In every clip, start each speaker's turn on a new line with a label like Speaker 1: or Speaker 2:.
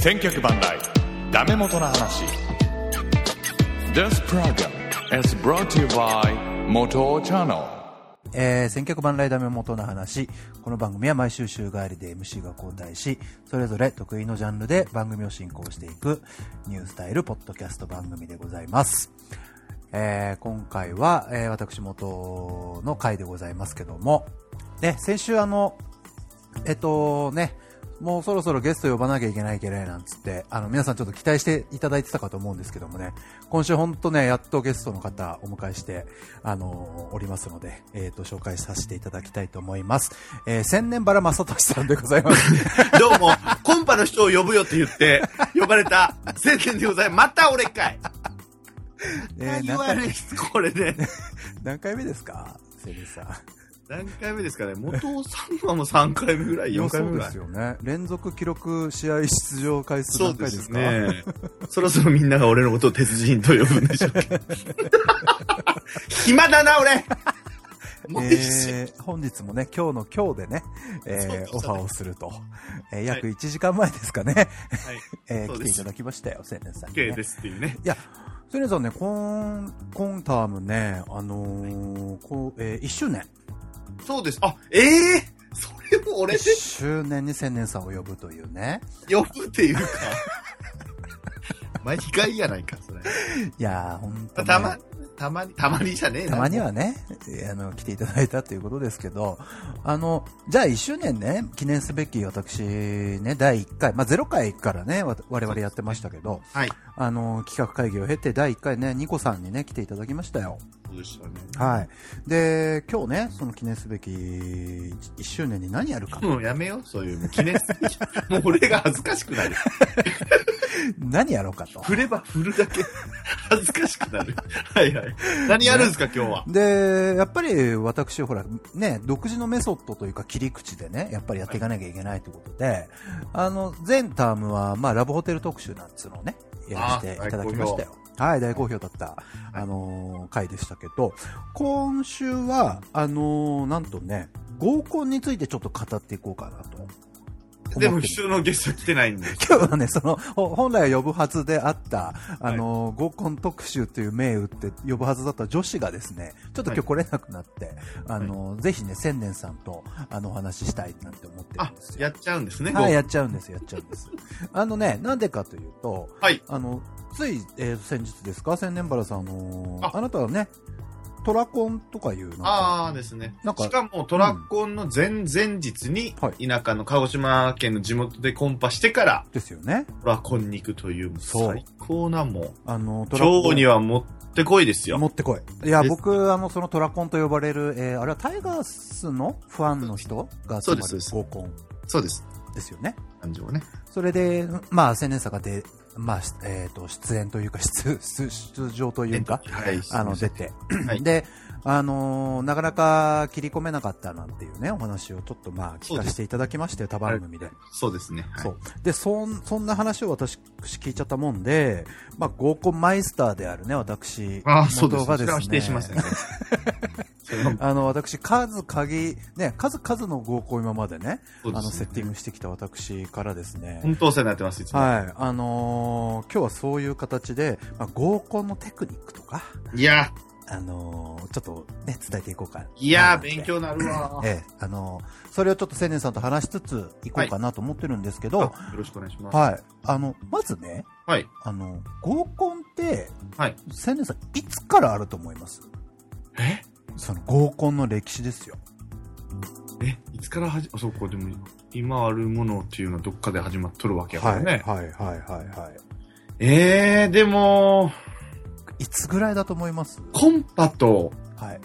Speaker 1: 千脚万来ダメ元の話 This program is brought to you by 元チャンネル
Speaker 2: えー、千客万来ダメ元の話。この番組は毎週週替わりで MC が交代し、それぞれ得意のジャンルで番組を進行していくニュースタイルポッドキャスト番組でございます。えー、今回は、えー、私元の回でございますけども、ね、先週あの、えっとね、もうそろそろゲスト呼ばなきゃいけないけれなんつって、あの皆さんちょっと期待していただいてたかと思うんですけどもね、今週本当ね、やっとゲストの方お迎えして、あのーおりますので、えっ、と、紹介させていただきたいと思います。えー千年原正俊さんでございます。
Speaker 3: どうも、コンパの人を呼ぶよって言って、呼ばれた宣伝でございます。また俺かい。
Speaker 2: えー
Speaker 3: 言
Speaker 2: 何
Speaker 3: わ
Speaker 2: 回
Speaker 3: れるこれね。
Speaker 2: 何回目ですか千年さん。
Speaker 3: 何回目ですかね。元尾さんはもう3回目ぐらい、4回目
Speaker 2: そう
Speaker 3: ぐ
Speaker 2: で
Speaker 3: らい
Speaker 2: す。よね。連続記録試合出場回数
Speaker 3: そう
Speaker 2: 何
Speaker 3: で
Speaker 2: 回です
Speaker 3: す
Speaker 2: か
Speaker 3: ね。そろそろみんなが俺のことを鉄人と呼ぶんでしょうけど暇だな、俺。もう一瞬
Speaker 2: えー本日もね、今日の今日でね、えー
Speaker 3: そう
Speaker 2: オ
Speaker 3: でし
Speaker 2: フ
Speaker 3: た
Speaker 2: ァ
Speaker 3: ね
Speaker 2: ーをすると、えー約1時間前ですかね、えー
Speaker 3: そう
Speaker 2: 来
Speaker 3: で
Speaker 2: て
Speaker 3: す
Speaker 2: いただきましたよ、千年さんに、
Speaker 3: OK
Speaker 2: ね
Speaker 3: で。すっていうね。
Speaker 2: いや、千年さんね、今、今タームね、あのーこう、え1周年。
Speaker 3: そうです。あ、ええそれも俺で
Speaker 2: 1周年に千年さんを呼ぶというね。
Speaker 3: 呼ぶっていうか。毎回やないか、それ。
Speaker 2: いやー、ほんと、ね。
Speaker 3: たま、たまに、たまにじゃねえな。
Speaker 2: たまにはね、えーあの、来ていただいたということですけど、あの、じゃあ1周年ね、記念すべき私ね、第1回、まあ、0回からね、わ我々やってましたけど、
Speaker 3: はい。
Speaker 2: あの、企画会議を経て第1回ね、ニコさんにね、来ていただきましたよ。
Speaker 3: そうでしたね。
Speaker 2: はい。で、今日ね、その記念すべき1周年に何やる か。
Speaker 3: もうやめよう、そういう、もう記念すべき。もう俺が恥ずかしくなる。
Speaker 2: 何やろうかと。
Speaker 3: 振れば振るだけ、恥ずかしくなる。はいはい。何やるんですか、今日は。
Speaker 2: で、やっぱり私、ほら、ね、独自のメソッドというか切り口でね、やっぱりやっていかなきゃいけないということで、あの、前タームは、まあ、ラブホテル特集なんつうのをね、やらせていただきましたよ。はい、大好評だった、あのー回でしたけど、今週は、あのーなんとね、合コンについてちょっと語っていこうかなと思って。
Speaker 3: でも、一緒のゲスト来てないんで。
Speaker 2: 今日はね、その、ほ本来呼ぶはずであった、あの、合コン特集という銘打って呼ぶはずだった女子がですね、ちょっと今日来れなくなって、あの、ぜひね、千年さんと、あの、お話ししたいなんて思ってる
Speaker 3: あ
Speaker 2: んです、よ。
Speaker 3: やっちゃうんですね、
Speaker 2: はい、
Speaker 3: は
Speaker 2: やっちゃうんです、やっちゃうんです。あのね、なんでかというと、
Speaker 3: はい。
Speaker 2: あの、つい、えー先日ですか、千年原さん、あのー
Speaker 3: あ
Speaker 2: あなたはね、トラコンとかいう、なんか、
Speaker 3: ああですね。
Speaker 2: なんか
Speaker 3: しかも、トラコンの前々日に、
Speaker 2: はい
Speaker 3: 田舎の鹿児島県の地元でコンパしてから、
Speaker 2: ですよね。
Speaker 3: トラコンに行くという、もう
Speaker 2: そう
Speaker 3: 最高なもん。
Speaker 2: あの、トラコン。
Speaker 3: 今日にはもってこいですよ。
Speaker 2: 持ってこい。いや、
Speaker 3: です
Speaker 2: 僕、あの、そのトラコンと呼ばれる、えーあれはタイガースのファンの人が集
Speaker 3: そう
Speaker 2: ま
Speaker 3: ですそう
Speaker 2: る
Speaker 3: です
Speaker 2: 合コン
Speaker 3: そうです。
Speaker 2: ですよね。
Speaker 3: 感情ね。
Speaker 2: それで、まあ、青年差が出、まあ、しえっ、と、出演というか、 出、出出場というか、
Speaker 3: はい。
Speaker 2: あの、出て。
Speaker 3: はい
Speaker 2: で、あのーなかなか切り込めなかったなんていうね、お話をちょっとまあ、聞かせていただきまして、他番組で。
Speaker 3: そうですね。はい
Speaker 2: そう。で、そん、そんな話を私、聞いちゃったもんで、まあ、合コンマイスターであるね、私、
Speaker 3: ああ、そうです。
Speaker 2: 元が
Speaker 3: それは否定し ませんね。それは
Speaker 2: あの、私、数限り、ね、数々の合コンを今までね、
Speaker 3: そうで
Speaker 2: あの、
Speaker 3: す
Speaker 2: セ
Speaker 3: ね
Speaker 2: ッティングしてきた私からですね、
Speaker 3: 本当お世話になってます、いつも。
Speaker 2: はい、あのー今日はそういう形で、まあ、合コンのテクニックとか、
Speaker 3: いや、
Speaker 2: あのーちょっとね、伝えていこうかな。
Speaker 3: いや、
Speaker 2: なんて
Speaker 3: 勉。強になるわ。
Speaker 2: ええ、あのーそれをちょっと青年さんと話しつつ、いこうかなと思ってるんですけど、
Speaker 3: あ
Speaker 2: は
Speaker 3: よろしくお願いしま
Speaker 2: い、
Speaker 3: す。
Speaker 2: あの、まずね、
Speaker 3: はい。
Speaker 2: あの、合コンって、
Speaker 3: はい。
Speaker 2: 青年さん、いつからあると思います
Speaker 3: え
Speaker 2: その合コンの歴史ですよ。
Speaker 3: え、いつから始ま、あそうか、でも、今あるものっていうのはどっかで始まっとるわけやからね。
Speaker 2: はい、はい、はい、はい、はい。
Speaker 3: えー、でも、
Speaker 2: いつぐらいだと思います
Speaker 3: コンパと、
Speaker 2: はい。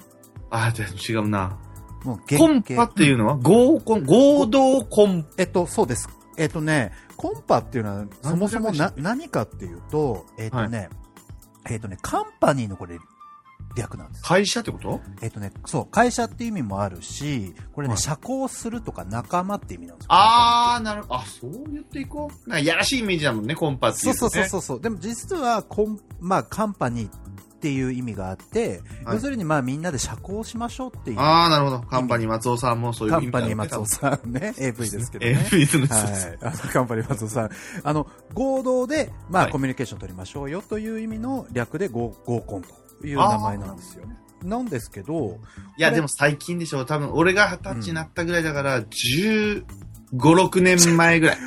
Speaker 3: あ、じゃあ違うな。
Speaker 2: もう
Speaker 3: コ
Speaker 2: 原
Speaker 3: ン
Speaker 2: 型
Speaker 3: パっていうのは合コン、合同コン
Speaker 2: えっと、そうです。えっとね、コンパっていうのは、そもそも
Speaker 3: 何
Speaker 2: な、何かっていうと、えっとね、えっとね、カンパニーのこれ、略なんです。
Speaker 3: 会社ってこと
Speaker 2: えっとね、そう、会社っていう意味もあるし、これね、
Speaker 3: はい
Speaker 2: 社交するとか仲間って意味なんですよ。
Speaker 3: あー、なる、あ、そう言っていこう。なんかやらしいイメージだもんね、コンパってい
Speaker 2: そうう
Speaker 3: と
Speaker 2: そ
Speaker 3: ね。
Speaker 2: うそうそうそう。でも実はコン、まあ、カンパニーっっていう意味があって、
Speaker 3: はい
Speaker 2: 要するにまあみんなで社交しましょうっていう。
Speaker 3: ああ、なるほど。カンパニー松尾さんもそういう
Speaker 2: カ
Speaker 3: 意味
Speaker 2: ンパニー松尾さんね、AV ですけど
Speaker 3: え
Speaker 2: ね。
Speaker 3: フィズの 人です
Speaker 2: はい、あのカンパニー松尾さん、あの合同で、まあ
Speaker 3: はい
Speaker 2: コミュニケーション取りましょうよという意味の略で合合コンという名前なんですよ。なんですけど、
Speaker 3: いや、
Speaker 2: これ
Speaker 3: でも最近でしょ。多分、俺が二十歳になったぐらいだから、15、6年 前ぐらい。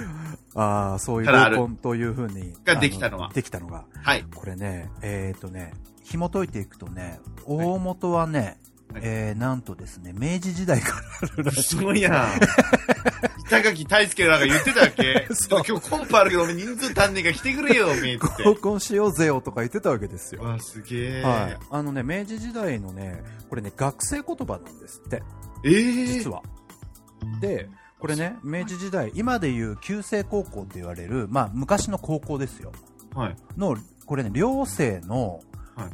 Speaker 2: ああ、そうい
Speaker 3: ただ
Speaker 2: う
Speaker 3: あ
Speaker 2: 合
Speaker 3: る
Speaker 2: コンというふうに。
Speaker 3: ができたのは
Speaker 2: あできたのが。
Speaker 3: はい。
Speaker 2: これね、えっ、とね、紐解いていくとね、大元はね、
Speaker 3: はい
Speaker 2: えー、なんとですね、明治時代 からあるらしい。
Speaker 3: すごいやん。板垣大輔なんか言ってたっけ
Speaker 2: そう
Speaker 3: 今日コンパあるけど、おめえ人数足んねえから来てくれよ、おめえって。
Speaker 2: 合コンしようぜよとか言ってたわけですよ。
Speaker 3: わ、すげえ。
Speaker 2: はい。あのね、明治時代のね、これね、学生言葉なんですって、
Speaker 3: えー、
Speaker 2: 実は。で、これね、明治時代、今でいう旧制高校って言われる、まあ、昔の高校ですよ。
Speaker 3: はい。
Speaker 2: の、これね、寮生の
Speaker 3: はい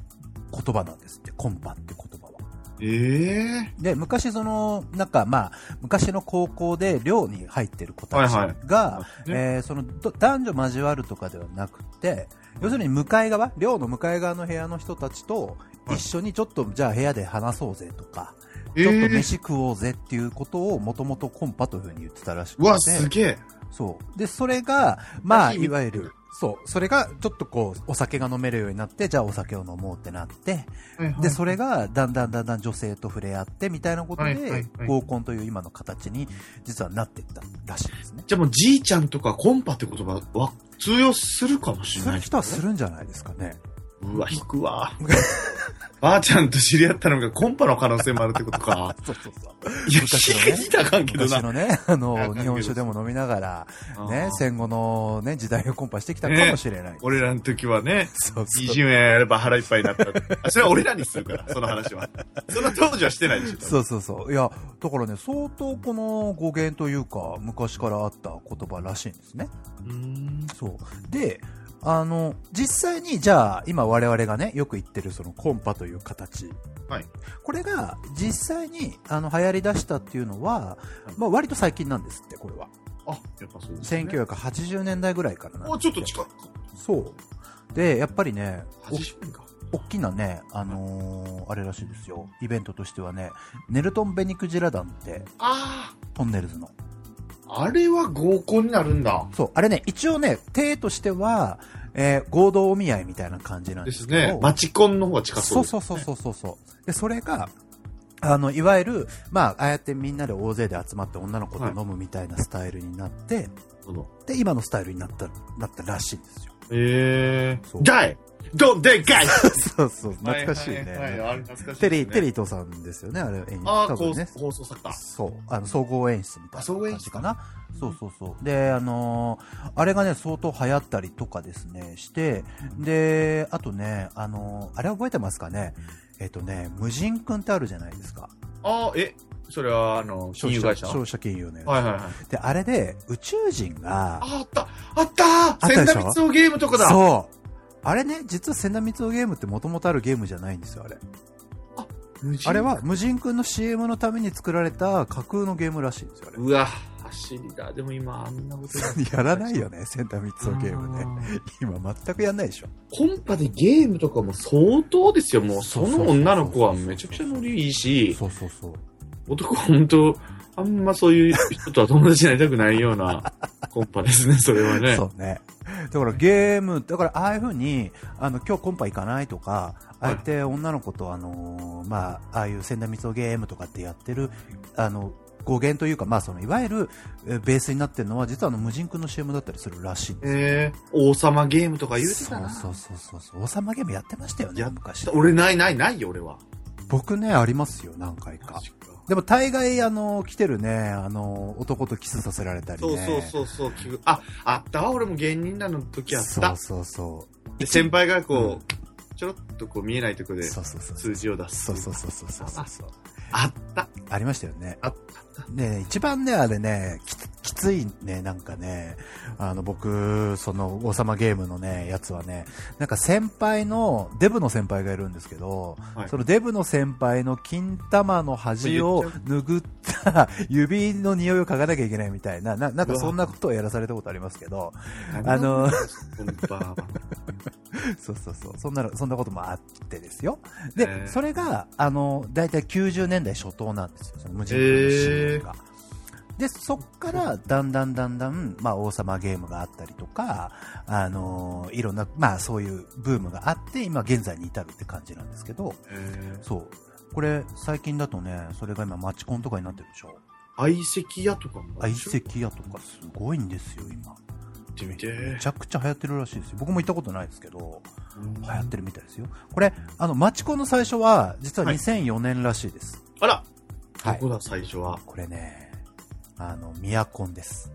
Speaker 2: 言葉なんですって、コンパって言葉は。
Speaker 3: えー、
Speaker 2: で、昔その、なんかまあ、昔の高校で寮に入ってる子たちが、
Speaker 3: はいはい
Speaker 2: えーそのど男女交わるとかではなくて、要するに向かい側、寮の向かい側の部屋の人たちと
Speaker 3: はい
Speaker 2: 一緒にちょっと、じゃあ部屋で話そうぜとか、
Speaker 3: え
Speaker 2: ちょっと
Speaker 3: ー、
Speaker 2: 飯食おうぜっていうことをもともとコンパというふうに言ってたらしく
Speaker 3: う
Speaker 2: て。
Speaker 3: わ、すげえ。
Speaker 2: そう。で、それが、まあ、
Speaker 3: 日々
Speaker 2: いわゆる、そう。それが、ちょっとこう、お酒が飲めるようになって、じゃあお酒を飲もうってなって、
Speaker 3: はいはい
Speaker 2: で、それが、だんだんだんだん女性と触れ合って、みたいなこと
Speaker 3: はいはい
Speaker 2: で
Speaker 3: は、い
Speaker 2: 合コンという今の形に、実はなっていったらしいですね。
Speaker 3: じゃあもうじいちゃんとかコンパって言葉は通用するかもしれ
Speaker 2: す
Speaker 3: な
Speaker 2: る
Speaker 3: い。
Speaker 2: 人はするんじゃないですかね。
Speaker 3: うわ、引くわ。 ばあちゃんと知り合ったのがコンパの可能性もあるってことか。
Speaker 2: そうそうそう。
Speaker 3: いや、
Speaker 2: 昔のね
Speaker 3: 引いたらあかんけど
Speaker 2: 昔
Speaker 3: な。
Speaker 2: のね、あ
Speaker 3: なん
Speaker 2: の、
Speaker 3: か
Speaker 2: 日本酒でも飲みながら、ね、戦後のね、時代をコンパしてきたかもしれない。
Speaker 3: 俺らの時はね、
Speaker 2: そうそう。
Speaker 3: 20円やれば腹いっぱいにな った。あそれは俺らにするから、その話は。その当時はしてないでしょ。
Speaker 2: そうそうそう。いや、だからね、相当この語源というか、昔からあった言葉らしいんですね。
Speaker 3: うーん
Speaker 2: そう。で、あの、実際に、じゃあ、今我々がね、よく言ってるそのコンパという形。
Speaker 3: はい
Speaker 2: これが、実際に、あの、流行り出したっていうのは、まあ、割と最近なんですって、これは。
Speaker 3: あ、やっぱそうです、ね。
Speaker 2: 1980年代ぐらいからなんです
Speaker 3: もうちょっと近く。
Speaker 2: そう。で、やっぱりね、
Speaker 3: 80分か。
Speaker 2: お大きなね、あのーあれらしいですよ。イベントとしてはね、ネルトン・ベニクジラ団って、
Speaker 3: あ
Speaker 2: トンネルズの。
Speaker 3: あ、あれは合コンになるんだ。
Speaker 2: そう、あれね、一応ね、体としては、えー合同お見合いみたいな感じなん
Speaker 3: で
Speaker 2: です
Speaker 3: す
Speaker 2: けど。
Speaker 3: ね。マチコンの方が近そう
Speaker 2: そう
Speaker 3: です。
Speaker 2: そうそうそうそうそう。で、それが、あの、いわゆる、まあ、ああやってみんなで大勢で集まって女の子と飲むみたいなスタイルになって、
Speaker 3: そうそう。
Speaker 2: で、今のスタイルになった、なったらしいんですよ。
Speaker 3: え
Speaker 2: そ
Speaker 3: ー
Speaker 2: う。
Speaker 3: ダイドンデンガイ
Speaker 2: そうそう、懐かしいね。
Speaker 3: はいはいはいあれ懐かしいですね
Speaker 2: テリー、テリー伊藤さんですよね、あれ、演出。
Speaker 3: ああ、
Speaker 2: 多
Speaker 3: 放
Speaker 2: 分ね
Speaker 3: 送、放送作家。
Speaker 2: そう、あの、総合演出みたい
Speaker 3: あ
Speaker 2: な
Speaker 3: 総合演
Speaker 2: 感
Speaker 3: 出
Speaker 2: じ
Speaker 3: か
Speaker 2: かな。そうそうそう。で、あのーあれがね、相当流行ったりとかですね、して、で、あとね、あのーあれ覚えてますかねえっ、とね、無人君ってあるじゃないですか。
Speaker 3: ああ、え、それは、あの、金融会社
Speaker 2: 消費者金融のやつ。
Speaker 3: はいはいはい。
Speaker 2: で、あれで、宇宙人が、
Speaker 3: あ、あったあった
Speaker 2: あった
Speaker 3: ー
Speaker 2: でし
Speaker 3: 千
Speaker 2: ょ
Speaker 3: 田光雄ゲームとかだ
Speaker 2: そう。あれね、実は千田光雄ゲームって元々あるゲームじゃないんですよ、あれ。
Speaker 3: 無人
Speaker 2: あれは無人君の CM のために作られた架空のゲームらしいんですよ、あれ。
Speaker 3: うわ、走りだ。でも今、あんなことや
Speaker 2: やらないよね、千田光雄ゲームね。
Speaker 3: ね。
Speaker 2: 今全くやんないでしょ。
Speaker 3: コンパでゲームとかも相当ですよ。もう、
Speaker 2: そ
Speaker 3: そう
Speaker 2: そうそう
Speaker 3: の女の子はめちゃくちゃノリいいし、
Speaker 2: そうそうそう。
Speaker 3: 男は本当、あんまそういう人とは友達になりたくないようなコンパですね、それはね。
Speaker 2: そうね。だからゲーム、だからああいう風に、あの、今日コンパ行かないとか、ああやって女の子とあのーまあ、ああいう千田光雄ゲームとかってやってる、あの、語源というか、まあ、その、いわゆる、えベースになってるのは、実はあの、無人君の CM だったりするらしいんですよ。
Speaker 3: えー、王様ゲームとか言うてたな。
Speaker 2: そうそうそうそう。王様ゲームやってましたよね
Speaker 3: や、
Speaker 2: 昔。
Speaker 3: 俺ないないないよ、俺は。
Speaker 2: 僕ね、ありますよ、何回か。でも、大概、あの、来てるね、あの、男とキスさせられたり
Speaker 3: そう
Speaker 2: ね。
Speaker 3: そうそうそう、聞くあ、あったわ、俺も芸人なの時あっ
Speaker 2: そ
Speaker 3: た
Speaker 2: う。そうそう。
Speaker 3: で先輩がこう、ちょろっとこう見えないとこで
Speaker 2: そうそうそう。
Speaker 3: 数字を出す。
Speaker 2: そうそうそうそうそうそう。
Speaker 3: あった。
Speaker 2: ありましたよね。
Speaker 3: あっ
Speaker 2: ね一番ね、あれね、きつきつついね、なんかね、あの、僕、その、王様ゲームのね、やつはね、なんか先輩の、デブの先輩がいるんですけど、
Speaker 3: はい
Speaker 2: そのデブの先輩の金玉の端を
Speaker 3: これ
Speaker 2: 拭った指の匂いを嗅がなきゃいけないみたいな、ななんかそんなことをやらされたことありますけど、あの、
Speaker 3: 本当は
Speaker 2: そうそうそう。そんなの、そんなこともあってですよ。で、
Speaker 3: えー
Speaker 2: それが、あの、だいたい90年代初頭なんですよ。その無人島のシーンが。で、そっから、だんだんだんだん、まあ、王様ゲームがあったりとか、あのいろんな、まあ、そういうブームがあって、今、現在に至るって感じなんですけど、
Speaker 3: えー
Speaker 2: そう。これ、最近だとね、それが今、マチコンとかになってるでしょ。
Speaker 3: 相席屋とかもあ
Speaker 2: 相
Speaker 3: るでしょ
Speaker 2: 席屋とか、すごいんですよ、今。
Speaker 3: 行ってみて。
Speaker 2: めちゃくちゃ流行ってるらしいですよ。僕も行ったことないですけど。
Speaker 3: うん
Speaker 2: 流行ってるみたいですよ。これ、あの、マチコンの最初は、実は
Speaker 3: はい
Speaker 2: 2004年らしいです。
Speaker 3: あら
Speaker 2: はい
Speaker 3: どこだ、最初は。
Speaker 2: これね、あの、ミヤコンです。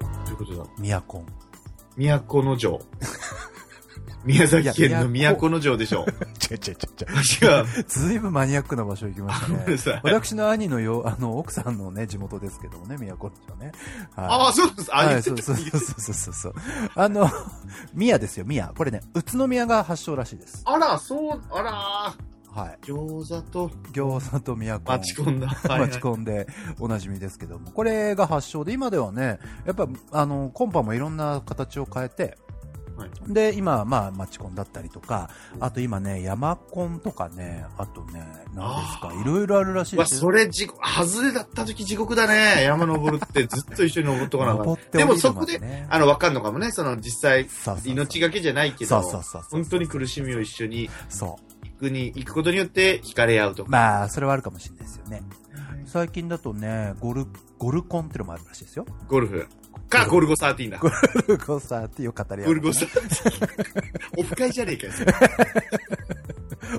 Speaker 3: どういうことだ
Speaker 2: ミヤコン。
Speaker 3: 都 の城。宮崎県の
Speaker 2: いや都
Speaker 3: 都の城でしょう。
Speaker 2: ちゃちゃちゃちゃ。
Speaker 3: 私は、
Speaker 2: ずいぶんマニアックな場所行きました
Speaker 3: ごめんな
Speaker 2: ね。
Speaker 3: さ い。
Speaker 2: 私の兄のよ、あの、奥さんのね、地元ですけどもね、宮古町ね。はい
Speaker 3: ああ、そうなんです。あ、
Speaker 2: は
Speaker 3: 言
Speaker 2: い、
Speaker 3: ってた
Speaker 2: そうそうそうそうそうそう。あの、宮ですよ、宮。これね、宇都宮が発祥らしいです。
Speaker 3: あら、そう、あら
Speaker 2: はい。
Speaker 3: ー餃子と
Speaker 2: 餃子と宮古。
Speaker 3: 待ち込んだ。はいは
Speaker 2: マ
Speaker 3: い
Speaker 2: チコンでおなじみですけども、これが発祥で、今ではね、やっぱあのコンパもいろんな形を変えて、
Speaker 3: はい
Speaker 2: で、今、まあ、マチコンだったりとか、あと今ね、山コンとかね、あとね、なんですか
Speaker 3: あ、
Speaker 2: いろいろあるらしいうで
Speaker 3: わ、
Speaker 2: す
Speaker 3: そ
Speaker 2: よ。
Speaker 3: れ、地獄、外れだった時地獄だね。山登るってずっと一緒に登っとかなあかっ
Speaker 2: 登って
Speaker 3: た。でも
Speaker 2: 降りる
Speaker 3: そ
Speaker 2: ま
Speaker 3: こ
Speaker 2: で
Speaker 3: で、
Speaker 2: ね
Speaker 3: あの、わかんのかもね。その、実際、
Speaker 2: そうそうそう
Speaker 3: 命がけじゃないけ
Speaker 2: そ
Speaker 3: ど
Speaker 2: うそうそう、そう
Speaker 3: 本当に苦しみを一緒に
Speaker 2: そ
Speaker 3: 行くに、行くことによって惹かれ合うと
Speaker 2: う。
Speaker 3: か。
Speaker 2: まあ、それはあるかもしれないですよね。最近だとね、ゴル、ゴルコンってのもあるらしいですよ。
Speaker 3: ゴルフ。か、ゴルゴ13だ。
Speaker 2: ゴルゴサーっていう語り合
Speaker 3: ゴルゴ13。オフ会じゃねえかよ。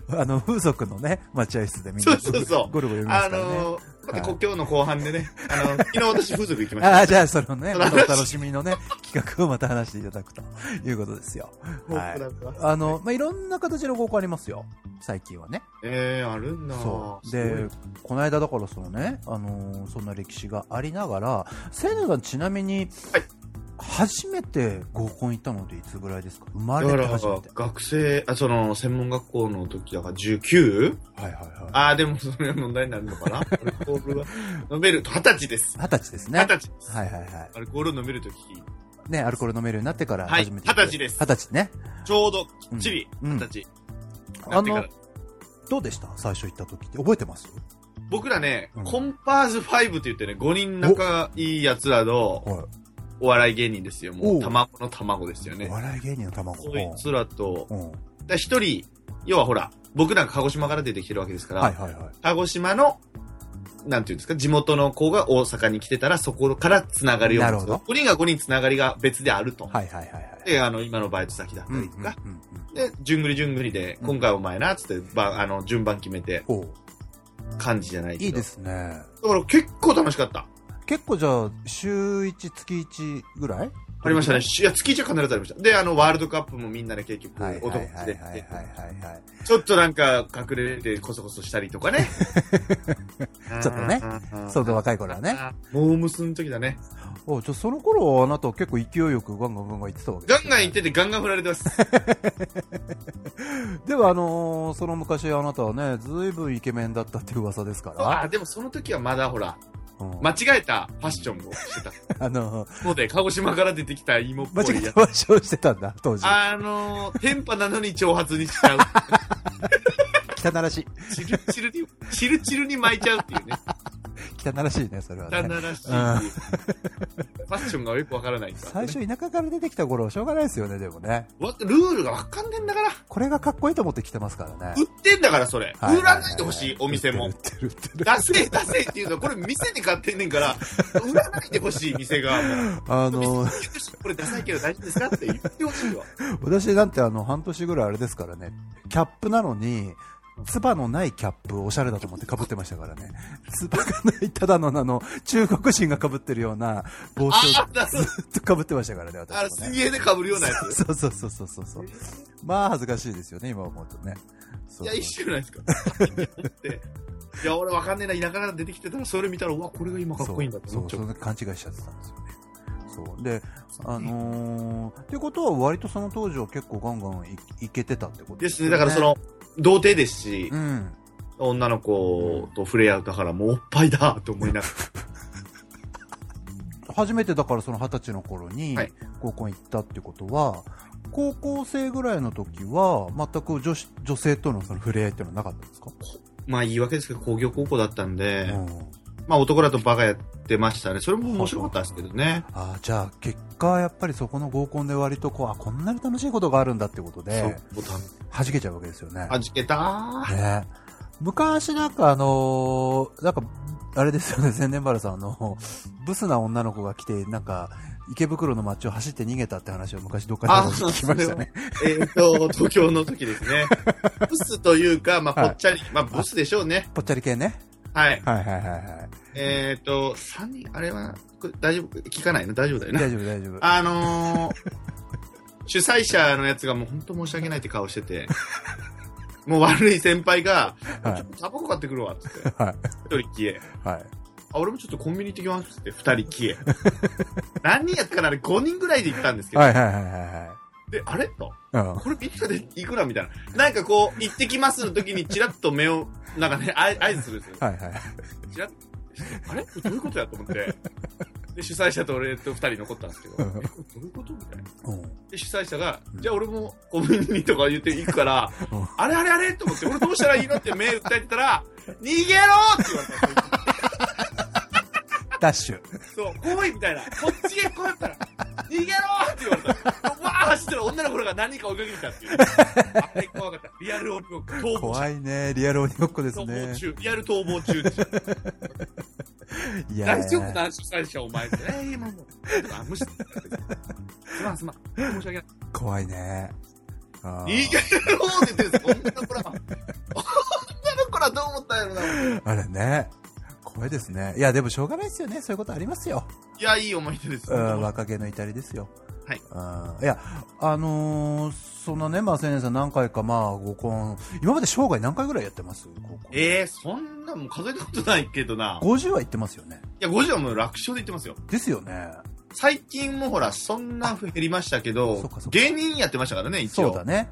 Speaker 2: あの、風俗のね、待合室でみんな
Speaker 3: そうそうそう
Speaker 2: ゴルゴ読みま
Speaker 3: あ
Speaker 2: すからね。
Speaker 3: のー、また
Speaker 2: はい
Speaker 3: こ今日の後半でね、あの、昨日私風俗行きまし
Speaker 2: あ
Speaker 3: た。
Speaker 2: あ、じゃあ、そのね、
Speaker 3: そ
Speaker 2: ま
Speaker 3: の
Speaker 2: た
Speaker 3: 話
Speaker 2: お楽しみのね、企画をまた話していただくということですよ。はい
Speaker 3: フォークラブは
Speaker 2: あの、まあ、いろんな形の合コンありますよ。最近はね。
Speaker 3: えー、あるんだ。
Speaker 2: そう。
Speaker 3: すごい
Speaker 2: で、この間だからそのね、あのーそんな歴史がありながら、せいなさんちなみに、
Speaker 3: はい
Speaker 2: 初めて合コン行ったのっていつぐらいですか生まれ
Speaker 3: だか
Speaker 2: て
Speaker 3: ら
Speaker 2: 初めて。
Speaker 3: 学生あその専門学校の時だから 19?
Speaker 2: はいはいはい。
Speaker 3: ああでもそれは問題になるの かなアルコールは飲める二十歳です
Speaker 2: 二十歳ですね。
Speaker 3: 二十歳です、
Speaker 2: はいはいは
Speaker 3: アルコールを飲める時
Speaker 2: い。ね、アルコール飲めるようになってから
Speaker 3: はい
Speaker 2: 初めて行く。
Speaker 3: 二十歳です
Speaker 2: 二十歳ね。
Speaker 3: ちょうどきっちり
Speaker 2: うん
Speaker 3: 二十歳、なってから
Speaker 2: あどうでした最初行った時って。覚えてます
Speaker 3: 僕らね、
Speaker 2: うん
Speaker 3: コンパーズ5って言ってね5人仲いいやつらの
Speaker 2: は
Speaker 3: お笑い芸人ですよ
Speaker 2: お
Speaker 3: も
Speaker 2: う
Speaker 3: う卵の卵ですよ
Speaker 2: い。お
Speaker 3: ね
Speaker 2: 笑い芸人の卵。
Speaker 3: そいつらと
Speaker 2: うんうん
Speaker 3: だから一人要はほら僕なんか鹿児島から出てきてるわけですから、
Speaker 2: はいはいはい。
Speaker 3: 鹿児島の、なんていうんですか、地元の子が大阪に来てたら、そこからつながりを持
Speaker 2: な
Speaker 3: つ。
Speaker 2: るほど
Speaker 3: 5人が5人つながりが別であると。
Speaker 2: はいはいはいはい。
Speaker 3: で、あの、今のバイト先だったりとか。
Speaker 2: うんうん
Speaker 3: で、じゅんぐりじゅんぐりで、今回お前な、つって、ば、あの、順番決めて、
Speaker 2: うんおう
Speaker 3: 感じじゃないけど。
Speaker 2: いいですね。
Speaker 3: だから結構楽しかった。
Speaker 2: 結構じゃあ、週1、月1ぐらい
Speaker 3: ありましたね。。しいや、月一は必ずありました。で、あの、ワールドカップもみんなで結局、
Speaker 2: はいはい
Speaker 3: 男
Speaker 2: はい
Speaker 3: たち
Speaker 2: はい
Speaker 3: で
Speaker 2: はいはいはい。
Speaker 3: ちょっとなんか、隠れてコソコソしたりとかね。
Speaker 2: ちょっとね。そうだ、若い頃はね。
Speaker 3: あー。モームスの時だね。
Speaker 2: おじゃあその頃はあなたは結構勢いよくガンガンガンガン行ってたわけ
Speaker 3: ガンガン行っててガンガン振られてます。
Speaker 2: では、あのーその昔あなたはね、ずいぶんイケメンだったっていう噂ですから。
Speaker 3: あでもその時はまだほら、
Speaker 2: うん
Speaker 3: 間違えたファッションをしてた。
Speaker 2: あのー
Speaker 3: そうで、鹿児島から出てきた芋っぽ
Speaker 2: 間
Speaker 3: い
Speaker 2: 違え
Speaker 3: や
Speaker 2: た
Speaker 3: つ。
Speaker 2: 場所をしてたんだ、当時。
Speaker 3: あのー、天パなのに挑発にしちゃう。
Speaker 2: 汚らしい。
Speaker 3: チルチルに、チルチルに巻いちゃうっていうね。
Speaker 2: 汚らしいね、それは
Speaker 3: 旦
Speaker 2: ね。
Speaker 3: 那らしいっていう。ファッションがよくわからないから
Speaker 2: 最
Speaker 3: ね、
Speaker 2: 初田舎から出てきた頃はしょうがないですよね、でもね。
Speaker 3: わルールがわかんねえんだから。
Speaker 2: これがかっこいいと思って来てますからね。
Speaker 3: 売ってんだから、それ。
Speaker 2: は
Speaker 3: 売らないでほしい、お店も
Speaker 2: 売っ。てる売ってる売ってる
Speaker 3: 出せ、出せっていうのは、これ店で買ってんねんから、売らないでほしい、店が。もう
Speaker 2: あの、
Speaker 3: これダサいけど大丈夫ですかって言ってほしいわ。
Speaker 2: 私なんてあの、半年ぐらいあれですからね、キャップなのに、ツバのないキャップ、おしゃれだと思って被ってましたからね。ツバがない、ただのあの、中国人が被ってるような帽子
Speaker 3: あ
Speaker 2: を
Speaker 3: ー、なるほど。
Speaker 2: ずっと被ってましたからね、
Speaker 3: あの、
Speaker 2: 私もね。
Speaker 3: 水泳で被るようなやつ。
Speaker 2: そうそうそうそうそうそう。まあ、恥ずかしいですよね、今思うとね。そ
Speaker 3: いうや、
Speaker 2: そう
Speaker 3: 一緒じゃないですか。 いや、俺わかんねえな、田舎から出てきてたら、それ見たら、うわ、これが今かっこいいんだって
Speaker 2: そ
Speaker 3: 思っ
Speaker 2: う、
Speaker 3: ち
Speaker 2: そ
Speaker 3: ゃう。
Speaker 2: うそれ勘違いしちゃってたんですよね。そう。で、あのー、ってことは割とその当時は結構ガンガンいいけてたってこと
Speaker 3: です
Speaker 2: よ
Speaker 3: ね、だからそ、の、童貞ですし、
Speaker 2: うん。
Speaker 3: 女の子と触れ合うだからもうおっぱいだと思いなが
Speaker 2: 初めてだからその二十歳の頃に
Speaker 3: はい
Speaker 2: 合コン行ったってことは、高校生ぐらいの時は全く女子女性とのその触れ合いっていうのはなかったんですか、
Speaker 3: ら、まあ言い訳ですけど工業高校だったんで、
Speaker 2: うん。
Speaker 3: まあ男らとバカやってましたね。それも面白かったですけどね。
Speaker 2: ああ、じゃあ結果やっぱりそこの合コンで割とこう、あ、こんなに楽しいことがあるんだってことで、
Speaker 3: そう、ボタン。
Speaker 2: 弾けちゃうわけですよね。
Speaker 3: はじけたー。
Speaker 2: ね昔なんかあのーなんか、あれですよね、千年原さんの、ブスな女の子が来て、なんか、池袋の街を走って逃げたって話を昔どっかで
Speaker 3: あ
Speaker 2: 聞きましたね。
Speaker 3: えっ、と、東京の時です ね。ブスというか、まあ
Speaker 2: はい
Speaker 3: ぽっちゃり、まあブスでしょうね。
Speaker 2: ぽっちゃり系ね。
Speaker 3: はい。
Speaker 2: はいはいはいは
Speaker 3: えっ、と、三人、あれは、これ大丈夫聞かないの大丈夫だよ
Speaker 2: い。
Speaker 3: ね。
Speaker 2: 大丈夫大丈夫。
Speaker 3: あのー、主催者のやつがもう本当申し訳ないって顔し てて、もう悪い先輩が、
Speaker 2: は
Speaker 3: ちょっとタバコ買ってくるわっつっ て、
Speaker 2: い。はい。
Speaker 3: 一人消え。
Speaker 2: はい。
Speaker 3: あ、俺もちょっとコンビニ行ってきますっつって、二人消え。 何人やったかなあれ ?5 人ぐらいで行ったんですけど、
Speaker 2: はいはいはいは
Speaker 3: で、あれと、
Speaker 2: いはい。うん。
Speaker 3: これビールでいくらみたいな。なんかこう、行ってきますの時にチラッと目を、なんかね、あい合図するんですよ。
Speaker 2: はいはい。
Speaker 3: チラッあれこれどういうことやと思って。で、主催者と俺と二人残ったんです けど、え、これどういうことみたいな。
Speaker 2: うん。
Speaker 3: で、主催者が、
Speaker 2: ん
Speaker 3: じゃあ俺もコンビニとか言って行くから
Speaker 2: うん、
Speaker 3: あれあれあれと思って、俺どうしたらいいのって目訴えてたら、逃げろって言われたんで
Speaker 2: ダッシュ。
Speaker 3: すよ。そう、来いみたいな。こっちへこうやったら、逃げろって言われた。わー走ってる女の子らが何人か追いかけてきたっていう。あれ怖かった。リアル鬼ごっこ逃亡中。
Speaker 2: 怖いね。リアル鬼ごっこです
Speaker 3: 逃亡
Speaker 2: ね。
Speaker 3: 中。リアル逃亡中でした。
Speaker 2: いや
Speaker 3: 大丈夫
Speaker 2: ー
Speaker 3: な主催者お前って。えー、今もう。あ、無視。すまんすまん。申し訳ない。
Speaker 2: 怖いね。あー
Speaker 3: 逃げろって言ってるんですよ。女の子らは。女の子らどう思ったんやろな。
Speaker 2: あれね。怖いですね。いや、でもしょうがないですよね。そういうことありますよ。
Speaker 3: いや、いい思い出です。
Speaker 2: うん、若気の至りですよ。
Speaker 3: はい
Speaker 2: うん。いや、あのーそんなね、まあ、千年さん何回か、まあ、合コン、今まで生涯何回ぐらいやってます合コン。
Speaker 3: ええー、そんなもう数えたことないけどな。い
Speaker 2: ?50 は行ってますよね。
Speaker 3: や、50はもう楽勝で言ってますよ。
Speaker 2: ですよね。
Speaker 3: 最近もほら、そんな減りましたけ
Speaker 2: そ
Speaker 3: ど
Speaker 2: っかそ、っか
Speaker 3: 芸人やってましたからね、一
Speaker 2: そ
Speaker 3: 応。
Speaker 2: うだね。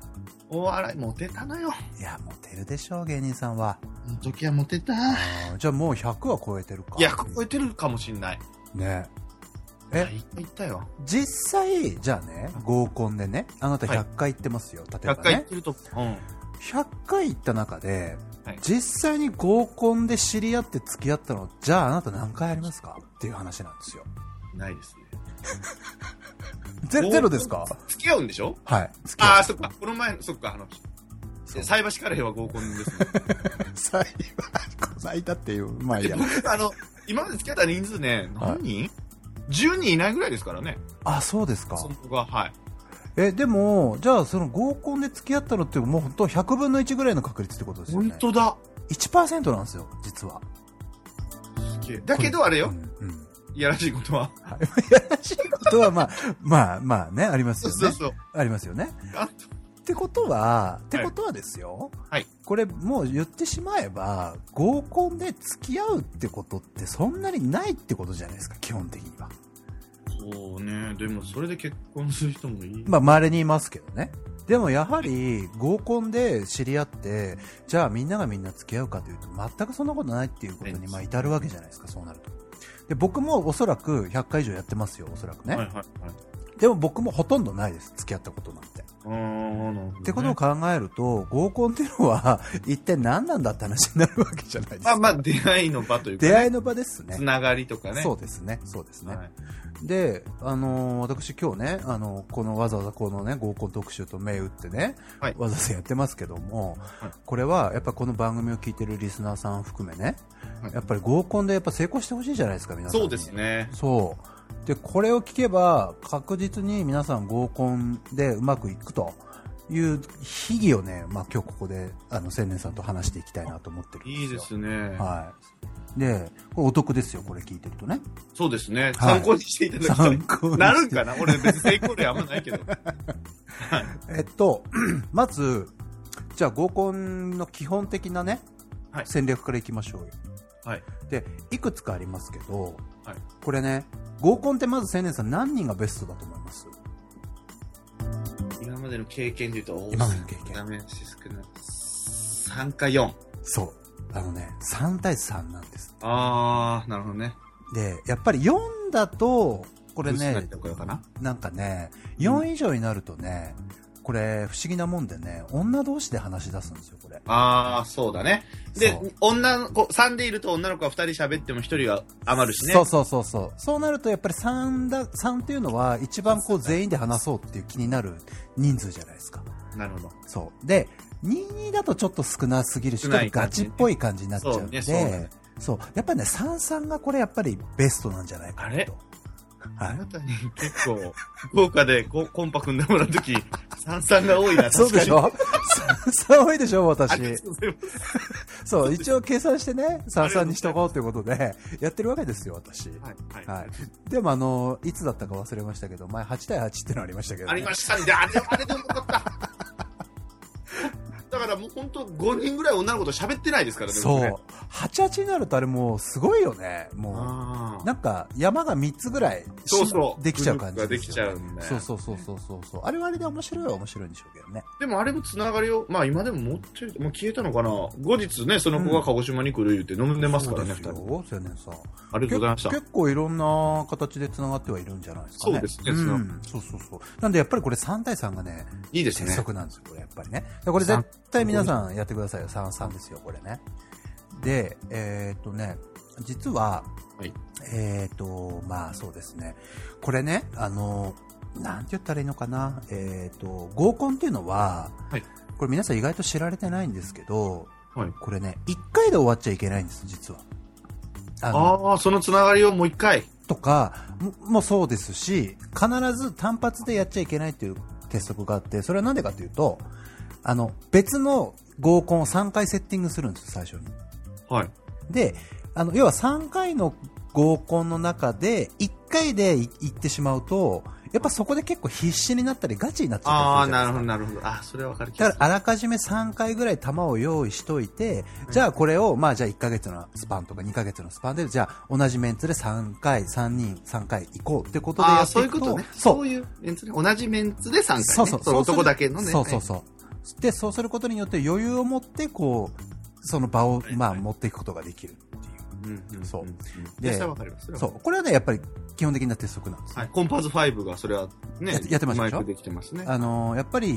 Speaker 3: お笑い、モテたのよ。
Speaker 2: いや、モテるでしょう、芸人さんは。
Speaker 3: あの時はモテた。い
Speaker 2: あーじゃあもう100は超えてるか。
Speaker 3: や、超えてるかもしんない。
Speaker 2: ね。
Speaker 3: い
Speaker 2: え
Speaker 3: や、いったよ。
Speaker 2: 実際、じゃあね、合コンでね、あなた100回行ってますよ、例え
Speaker 3: 100
Speaker 2: ば
Speaker 3: 回行
Speaker 2: ね
Speaker 3: っ。てると、うん。
Speaker 2: 100回行った中で、
Speaker 3: はい
Speaker 2: 実際に合コンで知り合って付き合ったのじゃああなた何回ありますかっていう話なんですよ
Speaker 3: ないですね。
Speaker 2: ゼゼロですか
Speaker 3: 付き合うんでしょ
Speaker 2: はい付き合
Speaker 3: ああ、そっか。この前の、そっか、あの、
Speaker 2: そう
Speaker 3: 菜箸カレーは合コンです
Speaker 2: う
Speaker 3: ね。
Speaker 2: 最後最多っていう まあい いや
Speaker 3: あの、今まで付き合った人数ね、何人、?10 人いないぐらいですからね。
Speaker 2: あそうですか
Speaker 3: その子が、はい。
Speaker 2: えでもじゃあその合コンで付き合ったのってもう本当100分の1ぐらいの確率ってことですよ
Speaker 3: 本
Speaker 2: ね
Speaker 3: 当だ。
Speaker 2: 1%なんですよ実は
Speaker 3: だけどあれ
Speaker 2: う
Speaker 3: よ、
Speaker 2: んうん
Speaker 3: いやらしいことは。
Speaker 2: とはまあ まあまあねあります
Speaker 3: そう
Speaker 2: よ
Speaker 3: そう
Speaker 2: ね
Speaker 3: そう。
Speaker 2: ありますよね
Speaker 3: あ
Speaker 2: ってことは、ってことはですよ、
Speaker 3: はい
Speaker 2: これもう言ってしまえば合コンで付き合うってことってそんなにないってことじゃないですか基本的には
Speaker 3: そうね、でもそれで結婚する人もいい。
Speaker 2: まあ稀にいますけどねでもやはり合コンで知り合ってじゃあみんながみんな付き合うかというと全くそんなことないっていうことにまあ至るわけじゃないですかそうなるとで僕もおそらく100回以上やってますよおそらくね、
Speaker 3: はいはいはい。
Speaker 2: でも僕もほとんどないです付き合ったことなんて
Speaker 3: あーなるほどね
Speaker 2: ってことを考えると、合コンっていうのは 一体何なんだって話になるわけじゃないです
Speaker 3: ま
Speaker 2: か。
Speaker 3: あまあ、出会いの場というか、ね、
Speaker 2: 出会いの場ですね
Speaker 3: つ。ながりとかね。
Speaker 2: そううですね。そうですね。
Speaker 3: はい、
Speaker 2: で、あのー私今日ね、あのーこのわざわざこのね、合コン特集と銘打ってね、
Speaker 3: はい
Speaker 2: わざわざやってますけども、
Speaker 3: はい
Speaker 2: これはやっぱこの番組を聞いてるリスナーさん含めね、
Speaker 3: はい
Speaker 2: やっぱり合コンでやっぱ成功してほしいじゃないですか、皆さんに。
Speaker 3: そうですね。
Speaker 2: そう。で、これを聞けば、確実に皆さん合コンでうまくいくという秘技をね、まあ今日ここで、あの、千年さんと話していきたいなと思ってるんですよ。
Speaker 3: いいですね。
Speaker 2: はい。で、これお得ですよ、これ聞いてるとね。
Speaker 3: そうですね。
Speaker 2: はい
Speaker 3: 参考にしていただきたい。
Speaker 2: 参考にして
Speaker 3: なるんかな俺別に成功例あんまないけど。
Speaker 2: えっと、まず、じゃあ合コンの基本的なね、
Speaker 3: はい
Speaker 2: 戦略からいきましょうよ。
Speaker 3: はい。
Speaker 2: で、いくつかありますけど、
Speaker 3: はい
Speaker 2: これね、合コンってまず青年さん何人がベストだと思います
Speaker 3: 今までの経験で言うと、
Speaker 2: 今までの経験
Speaker 3: ダメージ少ない。3か4。
Speaker 2: そう。あのね、3対3なんです。
Speaker 3: あー、なるほどね。
Speaker 2: で、やっぱり4だと、こ
Speaker 3: こ
Speaker 2: れね、
Speaker 3: かな
Speaker 2: なんかね、
Speaker 3: うん
Speaker 2: 4以上になるとね、これ不思議なもんでね、女同士で話し出すんですよ、これ。
Speaker 3: あー、そうだね。で
Speaker 2: そう、
Speaker 3: 女の子、3でいると女の子は2人喋っても1人が余るしね。
Speaker 2: そうそうそうそう。そうなるとやっぱり3だ、3っていうのは一番こう全員で話そうっていう気になる人数じゃないですか。
Speaker 3: なるほど。
Speaker 2: そう。で、22だとちょっと少なすぎるし、
Speaker 3: 少
Speaker 2: ちょっ
Speaker 3: な
Speaker 2: と
Speaker 3: い
Speaker 2: ガ
Speaker 3: 感じ
Speaker 2: チっ
Speaker 3: ね
Speaker 2: ぽい感じになっちゃうんで、
Speaker 3: そうねそうね
Speaker 2: そう。やっぱりね、33がこれやっぱりベストなんじゃないか
Speaker 3: あ
Speaker 2: な
Speaker 3: れ
Speaker 2: と。
Speaker 3: あ
Speaker 2: はい
Speaker 3: な。たに結構、 福岡でこコンパ組んでもらうとき、三々が多い な、
Speaker 2: そうでし
Speaker 3: 確か
Speaker 2: ょ ?33 多いでしょ私
Speaker 3: に。あ。りがとうございます。
Speaker 2: そう、一応計算してね、33にしとこうということで、やってるわけですよ、私。
Speaker 3: はい。
Speaker 2: は
Speaker 3: はいい。
Speaker 2: でもあの、いつだったか忘れましたけど、前8対8ってのありましたけど、ね。
Speaker 3: ありましたんで、あれ、あれでもよかった。 だからもう本当5人ぐらい女の子と喋ってないですからね。
Speaker 2: そう
Speaker 3: 僕ね。
Speaker 2: 88になるとあれもうすごいよね。も
Speaker 3: あ
Speaker 2: う、
Speaker 3: ー
Speaker 2: なんか山が3つぐらいし
Speaker 3: そうそう。
Speaker 2: できちゃう感じ
Speaker 3: グループがですき
Speaker 2: よ
Speaker 3: ちゃうんだ
Speaker 2: そう
Speaker 3: よ。
Speaker 2: そうそうそうそうそう。あれはあれで面白いは面白いんでしょうけどね。
Speaker 3: でもあれもつながりを、まあ今でも持ってる、もう消えたのかな。後日ね、その子が鹿児島に来る言って飲んでますから
Speaker 2: そ
Speaker 3: ね、
Speaker 2: う
Speaker 3: 二
Speaker 2: です
Speaker 3: 人。
Speaker 2: よ、青年さん。
Speaker 3: ありがとうございました。
Speaker 2: 結結構いろんな形で繋がってはいるんじゃないですかね。
Speaker 3: そうですね
Speaker 2: ん、そうそうそう。なんでやっぱりこれ3対3がね、
Speaker 3: いいです
Speaker 2: 鉄
Speaker 3: ね。
Speaker 2: 則なんですよ、これやっぱりね。これ絶対皆さんやってくださいよ、33ですよ、これね。で、えーっとね、実は、
Speaker 3: はい
Speaker 2: えーっと、まあそうですね。これね、あの、なんて言ったらいいのかな。えーっと、合コンっていうのは、
Speaker 3: はい
Speaker 2: これ皆さん意外と知られてないんですけど、
Speaker 3: はい
Speaker 2: これね、1回で終わっちゃいけないんです、実は。あの
Speaker 3: ああ、そのつながりをもう一回。
Speaker 2: とかももそうですし必ず単発でやっちゃいけないという鉄則があってそれはなんでかというとあの別の合コンを3回セッティングするんですよ最初に
Speaker 3: はい。
Speaker 2: であの要は3回の合コンの中で1回でい行ってしまうとやっぱそこで結構必死になったりガチになっち
Speaker 3: あ
Speaker 2: ゃ
Speaker 3: あ、
Speaker 2: ったりするじゃない
Speaker 3: な
Speaker 2: ですか
Speaker 3: るほど、なるほど。あーそれはわかる気
Speaker 2: だ
Speaker 3: が
Speaker 2: か
Speaker 3: する。
Speaker 2: らあらかじめ3回ぐらい弾を用意しといて、じゃあこれを、まあじゃあ1ヶ月のスパンとか2ヶ月のスパンで、じゃあ同じメンツで3回、3人、3回行こうってことで
Speaker 3: あ
Speaker 2: や
Speaker 3: あ、
Speaker 2: って
Speaker 3: そうい
Speaker 2: いうく、
Speaker 3: こととね。そう
Speaker 2: そう
Speaker 3: いうメンツね。同じメンツで参加ね。
Speaker 2: そうそう
Speaker 3: その男だけのね。
Speaker 2: そうそう
Speaker 3: はい
Speaker 2: そう。で、そうすることによって余裕を持って、こう、その場を、まあ持っていくことができるっていう。
Speaker 3: うんうんん
Speaker 2: そうで
Speaker 3: で、それはわかります。
Speaker 2: そ。
Speaker 3: そう
Speaker 2: これはね、やっぱり基本的な鉄則なんです
Speaker 3: う。。はい。コンパーズ5がそれはね、
Speaker 2: やってやってましたでしょ
Speaker 3: マイクできてますね。
Speaker 2: あのーやっぱり、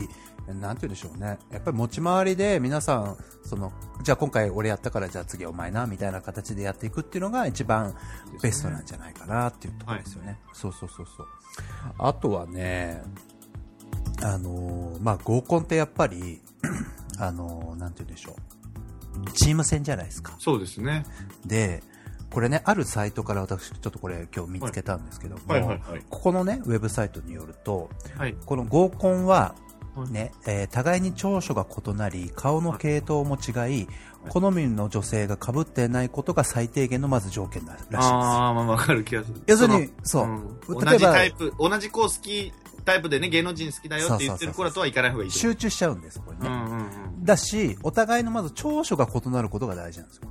Speaker 2: なんて言うんでしょうね。やっぱり持ち回りで皆さん、その、じゃあ今回俺やったから、じゃあ次お前な、みたいな形でやっていくっていうのが一番ベストなんじゃないかなっていうところですよね。そうそうそうそう。あとはね、あのーまあ、合コンってやっぱり、あのーなんて言うんでしょう。チーム戦じゃないですか。
Speaker 3: そうですね。
Speaker 2: で、これね、あるサイトから私、ちょっとこれ今日見つけたんですけども、
Speaker 3: はいはいはい。
Speaker 2: ここのね、ウェブサイトによると、
Speaker 3: はい。
Speaker 2: この合コンは、ねえー互いに長所が異なり顔の系統も違い好みの女性が被っていないことが最低限のまず条件だらしいです
Speaker 3: ああ、まあわかる気がする。
Speaker 2: 要するに
Speaker 3: そ
Speaker 2: そう
Speaker 3: の、うん
Speaker 2: 例
Speaker 3: 同
Speaker 2: え
Speaker 3: じタイ
Speaker 2: ば
Speaker 3: プ、同じ子好きタイプでね、芸能人好きだよって言ってる子らとはいかない方がいい。
Speaker 2: 集中しちゃうんですこれ
Speaker 3: う
Speaker 2: ね、
Speaker 3: んうん
Speaker 2: だしお互いのまず長所が異なることが大事なんですよこ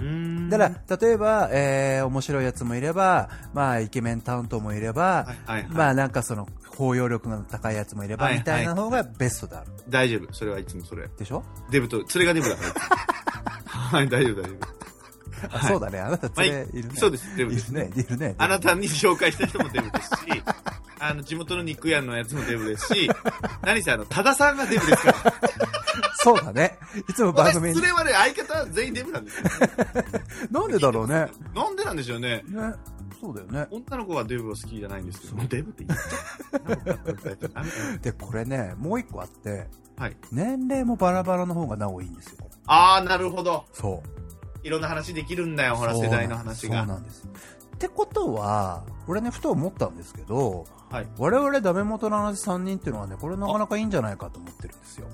Speaker 2: れ
Speaker 3: うん。
Speaker 2: だから例えば、えー面白いやつもいれば、まあ、イケメン担当もいれば、
Speaker 3: はいはいはい
Speaker 2: まあなんかその包容力の高いやつもいれば、
Speaker 3: はい
Speaker 2: みたいな方がベストである
Speaker 3: 大丈夫。それはいつもそれ。
Speaker 2: でしょ、
Speaker 3: デブと、それがデブだから。はい、大丈夫、大丈
Speaker 2: あ
Speaker 3: 夫。はい
Speaker 2: そうだねあなた
Speaker 3: まあい
Speaker 2: 連れいるね、
Speaker 3: そうです、デブ
Speaker 2: い
Speaker 3: です
Speaker 2: る。ねいるね
Speaker 3: あなたに紹介した人もデブですし、あの、地元の肉屋のやつもデブですし、何せあの、多田さんがデブですから。
Speaker 2: そうだね。いつも番
Speaker 3: 私、
Speaker 2: 組
Speaker 3: 連
Speaker 2: に。
Speaker 3: れはね、相方は全員デブなんですよ。
Speaker 2: なんでだろうね。
Speaker 3: なんでなんでしょうね。
Speaker 2: ね。そうだよね。
Speaker 3: 女の子はデブは好きじゃないんですけど、もうデブって言っちゃう。
Speaker 2: で、これね、もう一個あって、
Speaker 3: はい。
Speaker 2: 年齢もバラバラの方がなおいいんですよ。
Speaker 3: あー、なるほど。
Speaker 2: そう。
Speaker 3: いろんな話できるんだよ、ほら、世代の話
Speaker 2: そう
Speaker 3: が。
Speaker 2: なんです。ってことは、俺ね、ふと思ったんですけど、
Speaker 3: はい
Speaker 2: 我々ダメ元の話3人っていうのはね、これなかなかいいんじゃないかと思ってるんですよ。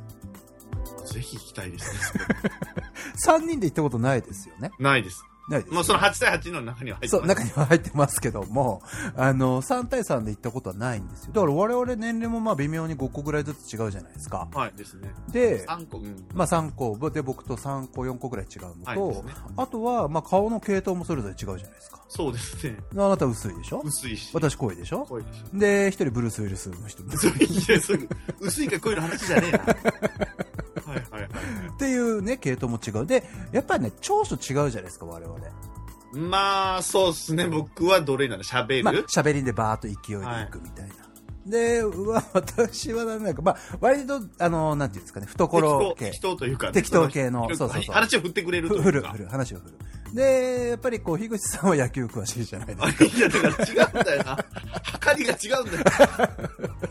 Speaker 3: ぜひ聞きたいですね。
Speaker 2: 3人で行ったことないですよね。
Speaker 3: ないです。
Speaker 2: ないです、
Speaker 3: もうその8対8の中には入って
Speaker 2: そ
Speaker 3: ま
Speaker 2: う、
Speaker 3: す。
Speaker 2: 中には入ってますけども、あの、3対3で行ったことはないんですよ。だから我々年齢もまあ微妙に5個ぐらいずつ違うじゃないですか。
Speaker 3: はい、ですね。
Speaker 2: で、
Speaker 3: 3個、うん。
Speaker 2: まあ3個、で僕と3個、4個ぐらい違うの
Speaker 3: はい
Speaker 2: と、
Speaker 3: ですね
Speaker 2: あとはまあ顔の系統もそれぞれ違うじゃないですか。
Speaker 3: そうですね。
Speaker 2: あなた薄いでしょ
Speaker 3: 薄いし。
Speaker 2: 私濃いでしょ
Speaker 3: 濃いでしょ。
Speaker 2: で、一人ブルース・ウィルスの人も
Speaker 3: それいや、それ薄いか濃いの話じゃねえな。はいはいはいは
Speaker 2: っていうね、系統も違う。で、やっぱりね、長所違うじゃないですか、我々。
Speaker 3: い。まあ、そうですね。僕はどれなの喋る、
Speaker 2: まあ、喋りでバーッと勢いでいくみたいな。で、うわ、私はなんか、まあ、割と、あの、なんていうんですかね、懐系。
Speaker 3: 適当というか、
Speaker 2: 適当系の
Speaker 3: その
Speaker 2: そうそうそう
Speaker 3: 話を振ってくれると
Speaker 2: ふ
Speaker 3: いうか。
Speaker 2: 振る、振る、話を振る。で、やっぱりこう、樋口さんは野球詳しいじゃないですか。
Speaker 3: いや、だから違うんだよな。測りが違うんだよ。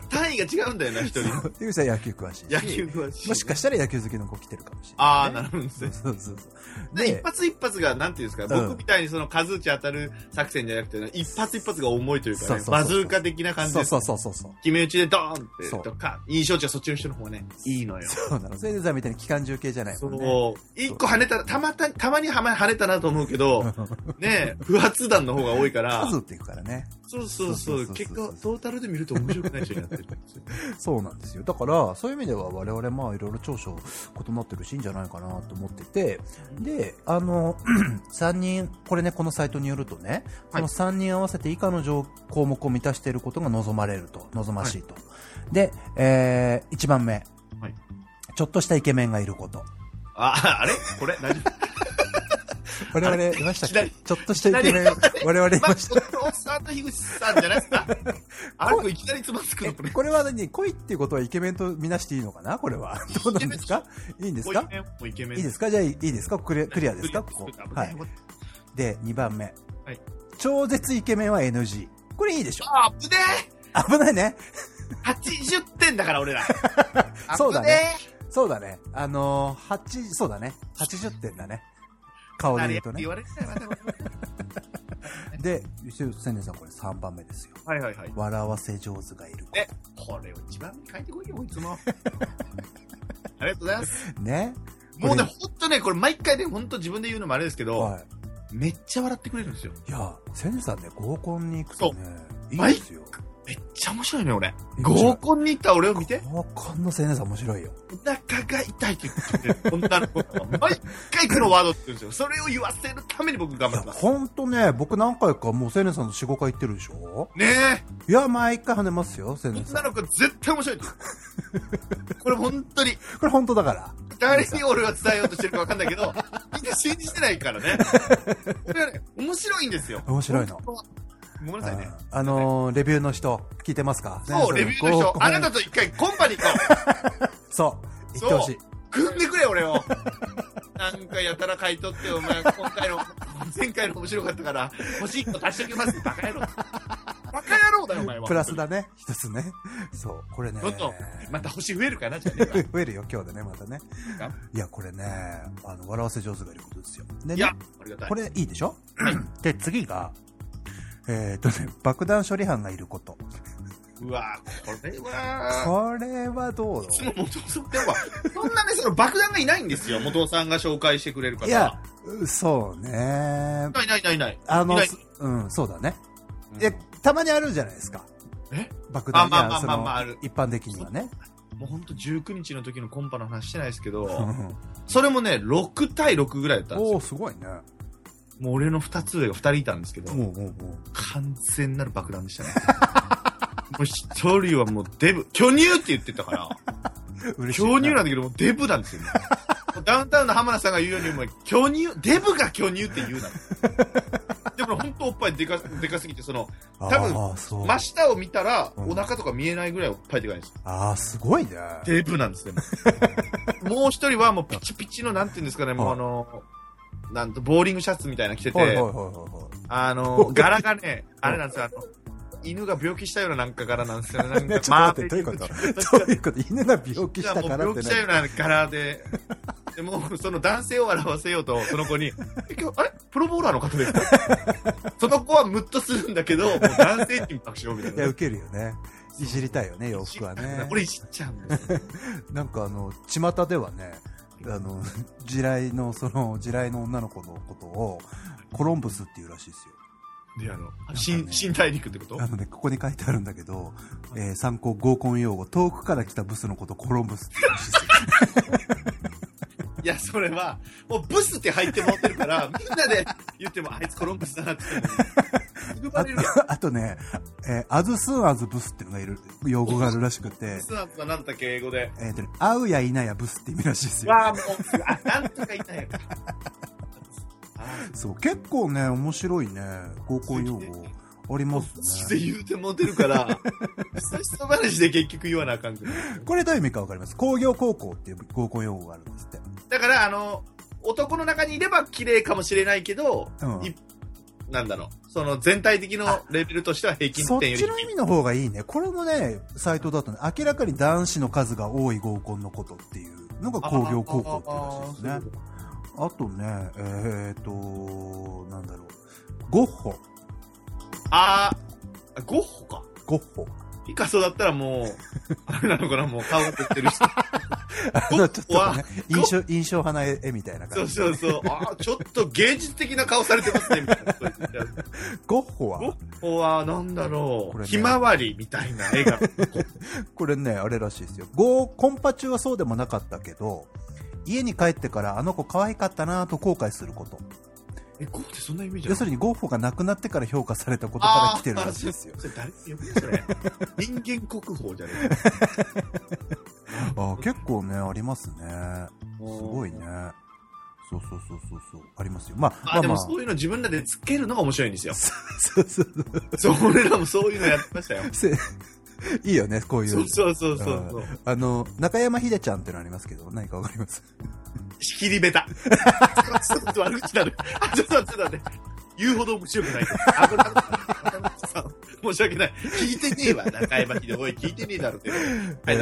Speaker 3: 単位が違うんだよな、一人。
Speaker 2: 樋口さんは野球詳しいし。
Speaker 3: 野球詳しい。
Speaker 2: もしかしたら野球好きの子来てるかもしれない。
Speaker 3: ああ、なるほどですね。
Speaker 2: そうそうそう。
Speaker 3: で一発一発が、なんていうんですか、
Speaker 2: うん
Speaker 3: 僕みたいにその数打ち当たる作戦じゃなくて、一発一発が重いという
Speaker 2: そ
Speaker 3: か
Speaker 2: う
Speaker 3: ね
Speaker 2: そう、そう
Speaker 3: バズーカ的な感じ
Speaker 2: そう
Speaker 3: です
Speaker 2: そうそうそうそう。
Speaker 3: 決め打ちでドーン
Speaker 2: そ
Speaker 3: っ
Speaker 2: う
Speaker 3: てとか、印象値はそっちの人の方がね、いいのよ。
Speaker 2: そうなの。それでさ、みたいに機関銃系じゃない
Speaker 3: そ
Speaker 2: もんね。
Speaker 3: う。一個跳ねたら、たまた、たまにはま跳ねたなと思う けど、ねえ不発弾の方が多いから、
Speaker 2: 数っていくからね。
Speaker 3: そうそ
Speaker 2: そ
Speaker 3: うそ
Speaker 2: うそうそうそう
Speaker 3: う、結果、トータルで見ると面白くない人になってるんですよ。
Speaker 2: そうなんですよ。だから、そういう意味では我々、まあ、いろいろ長所異なってるし、いいんじゃないかなと思ってて、で、あの、3人、これね、このサイトによるとね、
Speaker 3: はい
Speaker 2: その3人合わせて以下の条項目を満たしていることが望まれると、望ましいと。で、えー、1番目。
Speaker 3: はい
Speaker 2: ちょっとしたイケメンがいること。
Speaker 3: あ、あれこれ大丈夫
Speaker 2: 我々、いましたっけ
Speaker 3: いきなり
Speaker 2: ちょっとしたイケメン、我々いました。
Speaker 3: おっさんと樋口さんじゃないです かあれこれいきなりつまずくの
Speaker 2: え
Speaker 3: これ。
Speaker 2: これは何恋っていうことはイケメンとみなしていいのかなこれ は。どうなんですかいいんですか
Speaker 3: もうイケメン。
Speaker 2: いいですかじゃあいいですかクリアクリアですか
Speaker 3: ク
Speaker 2: ここ
Speaker 3: リア。
Speaker 2: はい。で、2番目。
Speaker 3: はい
Speaker 2: 超絶イケメンは NG。これいいでしょ
Speaker 3: あぶね
Speaker 2: 危ないね。
Speaker 3: え !80 点だから俺ら。
Speaker 2: そうだね
Speaker 3: 危
Speaker 2: そうだね。あのー、8、そうだね。80点だね。顔で
Speaker 3: 誰
Speaker 2: 言う
Speaker 3: やって
Speaker 2: とね
Speaker 3: 言。われてたよなでも
Speaker 2: で、千年さんこれ3番目ですよ。
Speaker 3: はいはいはい。
Speaker 2: 笑わせ上手がいる
Speaker 3: え、これを一番書いてこいよ、こいつ も。ありがとうございます。
Speaker 2: 子。ね。
Speaker 3: もうね、
Speaker 2: こ
Speaker 3: ほんとね、これ毎回ね、ほんと自分で言うのもあれですけど、
Speaker 2: は
Speaker 3: めっちゃ笑ってくれるんですよ。
Speaker 2: い。いや、千年さんね、合コンに行くとね、いい
Speaker 3: そう
Speaker 2: ですよ。
Speaker 3: めっちゃ面白いね、俺。
Speaker 2: 面白い
Speaker 3: 合コンに行った俺を見て、
Speaker 2: 合コンの千年さん面白いよ。
Speaker 3: お腹が痛いって言ってる、女の子が毎回このワードって言うんですよ。それを言わせるために僕頑
Speaker 2: い
Speaker 3: 張
Speaker 2: や、
Speaker 3: ってます。
Speaker 2: ほんとね、僕何回かもう千年さんの4、5回行ってるでしょ
Speaker 3: ねえ。
Speaker 2: いや、毎回跳ねますよ、千年さ
Speaker 3: 女
Speaker 2: ん。
Speaker 3: の子絶対面白いと思うこれ本当に、
Speaker 2: これ本当だから。
Speaker 3: 誰に俺が伝えようとしてるか分かんないけど、みんな信じてないから ね。これはね、面白いんですよ。
Speaker 2: 面白いの。
Speaker 3: 本当ごめんなさいね。
Speaker 2: あのーレビューの人、聞いてますか
Speaker 3: そう、レビューの人、あなた
Speaker 2: た。
Speaker 3: と一回コンパに行こ
Speaker 2: そう、言ってほしい。
Speaker 3: う。組んでくれ、俺を。 なんかやたら買い取って、お前、今回の、前回の面白かったから、欲しい個足しておきます。バカ野郎。バカ野郎だよ、お前は。
Speaker 2: プラスだね、一つね。そう、これね。
Speaker 3: ちょっと、また星増えるかな、じゃあ ね。
Speaker 2: 増えるよ、今日でね、またね
Speaker 3: が。
Speaker 2: いや、これね、あの、笑わせ上手がいることですよ。でね、
Speaker 3: いや、ありがたい
Speaker 2: こ。れいいでしょで、次が、えーっとね、爆弾処理班がいること。
Speaker 3: うわこれは。
Speaker 2: これはどう
Speaker 3: いつも元尾さんってほらそんなね、その爆弾がいないんですよ。元尾さんが紹介してくれる方。
Speaker 2: いや、、うそうね
Speaker 3: い。ないいないいないいない。
Speaker 2: あ
Speaker 3: い
Speaker 2: の
Speaker 3: ない、
Speaker 2: うん、そうだね。
Speaker 3: うん
Speaker 2: いや、たまにあるじゃないですか。
Speaker 3: え
Speaker 2: 爆弾
Speaker 3: あま
Speaker 2: い
Speaker 3: あま
Speaker 2: や
Speaker 3: あ
Speaker 2: そ
Speaker 3: まあまああ
Speaker 2: の
Speaker 3: る
Speaker 2: 一般的にはね。
Speaker 3: もうほんと19日の時のコンパの話してないですけ
Speaker 2: う
Speaker 3: ど、
Speaker 2: ん
Speaker 3: それもね、6対6ぐらいだったんです
Speaker 2: お
Speaker 3: よ。
Speaker 2: おすごいね。
Speaker 3: もう俺の2つ上が2人いたんですけど、
Speaker 2: もうもうもう。
Speaker 3: 完全なる爆弾でしたね。 もう1人はもうデブ、巨乳って言って たから、
Speaker 2: 嬉しい。
Speaker 3: 巨乳なんだけど、もうデブなんですよね。もうダウンタウンの浜田さんが言うように、もう巨乳、デブが巨乳って 言うな。でも本当おっぱいでかでかすぎて、その、多分
Speaker 2: ああ、そう。
Speaker 3: 真下を見たら、
Speaker 2: うん
Speaker 3: お腹とか見えないぐらいおっぱいでかいんですよ。
Speaker 2: ああ、すごいね。
Speaker 3: デブな んですね。もうもう一人はもうピチピチの、なんていうんですかね、もう
Speaker 2: はい
Speaker 3: あの、なんと、ボーリングシャツみたいなの着て
Speaker 2: はいはいはい
Speaker 3: て、
Speaker 2: は。
Speaker 3: あの、柄がね、あれなんですよ、あの、犬が病気したようななんか柄なんですよね。ないん
Speaker 2: ね、
Speaker 3: か、
Speaker 2: ちょっと待って、どういうこと どういうこと犬が病気
Speaker 3: い
Speaker 2: し
Speaker 3: や
Speaker 2: た
Speaker 3: もう
Speaker 2: からっ
Speaker 3: 病
Speaker 2: て
Speaker 3: 気し
Speaker 2: ね
Speaker 3: た。ような柄で、でもうその男性を笑わせようと、その子に、え今日、あれプロボーラーの方ですか その子はムッとするんだけど、もう男性に爆笑みたい
Speaker 2: いや、
Speaker 3: な。
Speaker 2: ウケるよね。いじりたいよね、洋服はね。
Speaker 3: 俺いじっちゃうんですよ
Speaker 2: なんかあの、巷ではね、あの、 地雷の、その、地雷の女の子のことを、コロンブスっていうらしいですよ。
Speaker 3: で、あの、
Speaker 2: ね
Speaker 3: 新、新大陸ってこと
Speaker 2: あのね、ここに書いてあるんだけど、えー参考合コン用語、遠くから来たブスのことコロンブスって言うらしい ですよ。
Speaker 3: いや、それは、もうブスって入って持ってるから、みんなで言っても、あいつコロンブスだなって言って も、呼ば
Speaker 2: あ
Speaker 3: れるやん。
Speaker 2: とあとね、えーアズスーアズブスっていうのがいる、用語があるらしくて
Speaker 3: ブ、スなんとかなんだっけ、英語で。
Speaker 2: えっ、とね、会うやいなやブスって意味らしいですよ。
Speaker 3: わあ、もう、あ、なんとかいたやんか。あ
Speaker 2: そう、結構ね、面白いね、合コン用語、ありま
Speaker 3: ブス
Speaker 2: す
Speaker 3: で
Speaker 2: ね。
Speaker 3: 言うて持ってるから、久し話で結局言わなあかんくなる
Speaker 2: これどういう意味かわかります工業高校っていう合コン用語があるんですって。
Speaker 3: だから、あの、男の中にいれば綺麗かもしれないけど、
Speaker 2: うん
Speaker 3: いなんだろう、その全体的のレベルとしては平均
Speaker 2: そっ
Speaker 3: 点より
Speaker 2: ちの意味の方がいいね。これもね、サイトだとね、明らかに男子の数が多い合コンのことっていうのが工業高校っていうらしいですね。あとね、えっ、と、なんだろう。ゴッホ、
Speaker 3: あー、ゴッホか。
Speaker 2: ゴッホ。
Speaker 3: ピカソだったらもう、あれなのかな、もう顔が出てる人。
Speaker 2: あの、ちょっとね、印象、印象派な絵みたいな
Speaker 3: そ
Speaker 2: 感
Speaker 3: う
Speaker 2: じ。
Speaker 3: そうそう。あーちょっと芸術的な顔されてますね、みたいなこと言っちゃう。
Speaker 2: ゴッホは、
Speaker 3: ゴッホは、なんだろ
Speaker 2: こ
Speaker 3: う、
Speaker 2: れね
Speaker 3: ひまわりみたいな絵 が。
Speaker 2: これね、あれらしいですよ。ゴー、コンパ中はそうでもなかったけど、家に帰ってからあの子可愛かったなぁと後悔すること。
Speaker 3: え、ゴッホってそんな意味じゃ
Speaker 2: 要
Speaker 3: ん。
Speaker 2: するにゴッホが亡くなってから評価されたことから来てるらしいですよ
Speaker 3: あ。ーそれ誰読むそれ。人間国宝じゃね え
Speaker 2: あー結構ね、ありますね。
Speaker 3: す
Speaker 2: すごいね。そうそうそうそうそう。ありますよ。まあ、ま
Speaker 3: あ、
Speaker 2: あ
Speaker 3: で
Speaker 2: ま
Speaker 3: も
Speaker 2: あ。
Speaker 3: そういうの自分らでつけるのが面白いんですよ。
Speaker 2: そうそうそう。
Speaker 3: そう、俺らもそういうのやってました よ。
Speaker 2: せいいよね、こうい
Speaker 3: そうう。そうそうそうそう。
Speaker 2: あの、中山秀ちゃんってのありますけど、何かわかります
Speaker 3: 仕切りベタ。ちょっと悪口なる。あ、ちょっと待って、ちょっと待って。言うほど面白くない。あ、これ、さん申し訳ない。聞いてねえわ、中山秀。おい、聞いてねえだろって。はい、だって
Speaker 2: え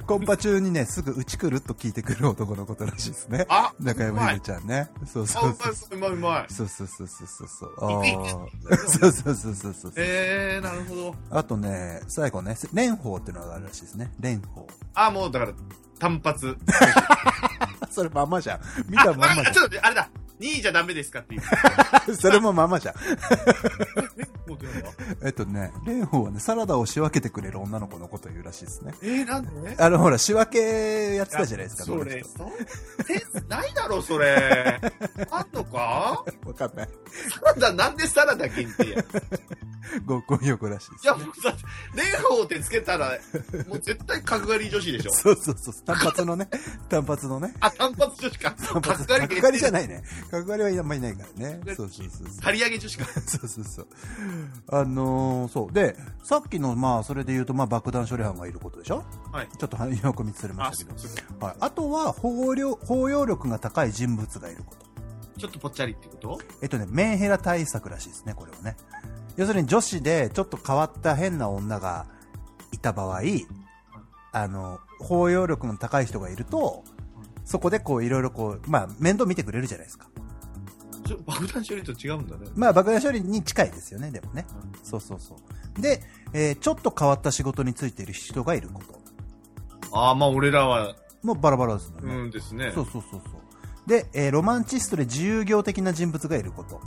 Speaker 2: ーコンパ中にね、すぐうち来ると聞いてくる男のことらしいですね。
Speaker 3: あ、
Speaker 2: 中山秀ちゃんね。そう
Speaker 3: あ、う
Speaker 2: そう
Speaker 3: ま
Speaker 2: そう。
Speaker 3: い、うまい、うまい。
Speaker 2: そうそうそうそうそうそう。
Speaker 3: い
Speaker 2: あ
Speaker 3: けい
Speaker 2: ーそうそうそうそうそう。
Speaker 3: えー、なるほど。
Speaker 2: あとね、最後ね、蓮舫ってのがあるらしいですね。蓮舫。
Speaker 3: あ、もうだから、単発。
Speaker 2: あ、それまんまじゃん。見
Speaker 3: あ、
Speaker 2: た
Speaker 3: わ
Speaker 2: まんま
Speaker 3: かったちょっと待って、あれだ。2位じゃダメですかっていう。
Speaker 2: じゃん。 それもまんまじゃん。
Speaker 3: えもうどうなんだ
Speaker 2: えっとね、蓮舫はね、サラダを仕分けてくれる女の子のことを言うらしいですね。
Speaker 3: えー、なんで
Speaker 2: あの、ほら、仕分けやってたじゃないですか、
Speaker 3: そ
Speaker 2: この
Speaker 3: れ、
Speaker 2: 人
Speaker 3: そセンスないだろ、それ。あんのか
Speaker 2: わかんない。
Speaker 3: サラダ、なんでサラダ限定や。い
Speaker 2: 合コン用語らしいです
Speaker 3: や、。もうさ、蓮舫ってつけたら、もう絶対角刈り女子でしょ。
Speaker 2: そうそうそう、単発のね、単発のね。
Speaker 3: あ、単発女子か。角
Speaker 2: 単発
Speaker 3: 刈り
Speaker 2: 角刈りじゃ
Speaker 3: い。
Speaker 2: ないね。角刈りはあんまりいないからね。そうそうそうそう。
Speaker 3: 刈り上げ女子か。
Speaker 2: そうそうそう。あのーそう。で、さっきの、まあ、それで言うと、まあ、爆弾処理班がいることでしょ
Speaker 3: はい。
Speaker 2: ちょっとよく見つれま
Speaker 3: あ、
Speaker 2: し
Speaker 3: そ
Speaker 2: た
Speaker 3: う
Speaker 2: けど。
Speaker 3: そう
Speaker 2: はい。あとは、包容、包容力が高い人物がいること。
Speaker 3: ちょっとぽっちゃりってこと
Speaker 2: えっとね、メンヘラ対策らしいですね、これはね。要するに女子でちょっと変わった変な女がいた場合、あの、包容力の高い人がいると、そこでこういろいろこう、まあ面倒見てくれるじゃないですか。
Speaker 3: ちょ爆弾処理と違うんだね。
Speaker 2: まあ爆弾処理に近いですよね、でもね。そうそうそう。で、えーちょっと変わった仕事についている人がいること。
Speaker 3: あー、まあ俺らは、
Speaker 2: もうバラバラですもんね。
Speaker 3: うんですね。
Speaker 2: そうそうそうそう。で、えーロマンチストで自由業的な人物がいること。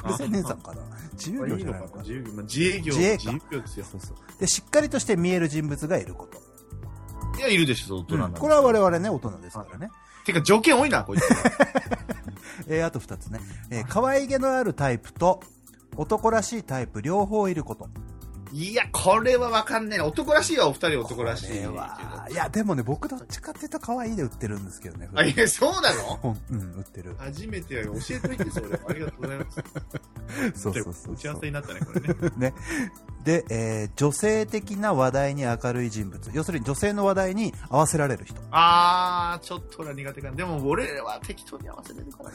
Speaker 2: これ
Speaker 3: あ
Speaker 2: 千年さんかな自由
Speaker 3: まあ
Speaker 2: 業
Speaker 3: いい
Speaker 2: じゃ
Speaker 3: の
Speaker 2: ない
Speaker 3: か
Speaker 2: のかな
Speaker 3: な自由業。まあ自営業。
Speaker 2: 自営か
Speaker 3: 業ですよ。
Speaker 2: そうそう。で、しっかりとして見える人物がいること。
Speaker 3: いや、いるでしょ、大人なんて
Speaker 2: これは我々ね、大人ですからね。
Speaker 3: てか、条件多いな、こいつ。
Speaker 2: えーあと二つね。えー可愛げのあるタイプと、男らしいタイプ、両方いること。
Speaker 3: いや、これはわかんないな。男らしいはお二人男らしいけ
Speaker 2: これ
Speaker 3: ど。
Speaker 2: は。いや、でもね、僕どっちかっていうと可愛いで売ってるんですけどね。
Speaker 3: あ、いや、そうなの
Speaker 2: ほんうん、売って る。
Speaker 3: 初めて教えといて、それ。ありがとうございます。
Speaker 2: そうそうそう
Speaker 3: 打
Speaker 2: そ
Speaker 3: ち合わ
Speaker 2: う
Speaker 3: せ。になったね、これね。
Speaker 2: ね。で、えー女性的な話題に明るい人物。要するに女性の話題に合わせられる人。
Speaker 3: あー、ちょっと俺は苦手かな。でも、俺らは適当に合わせれるからな。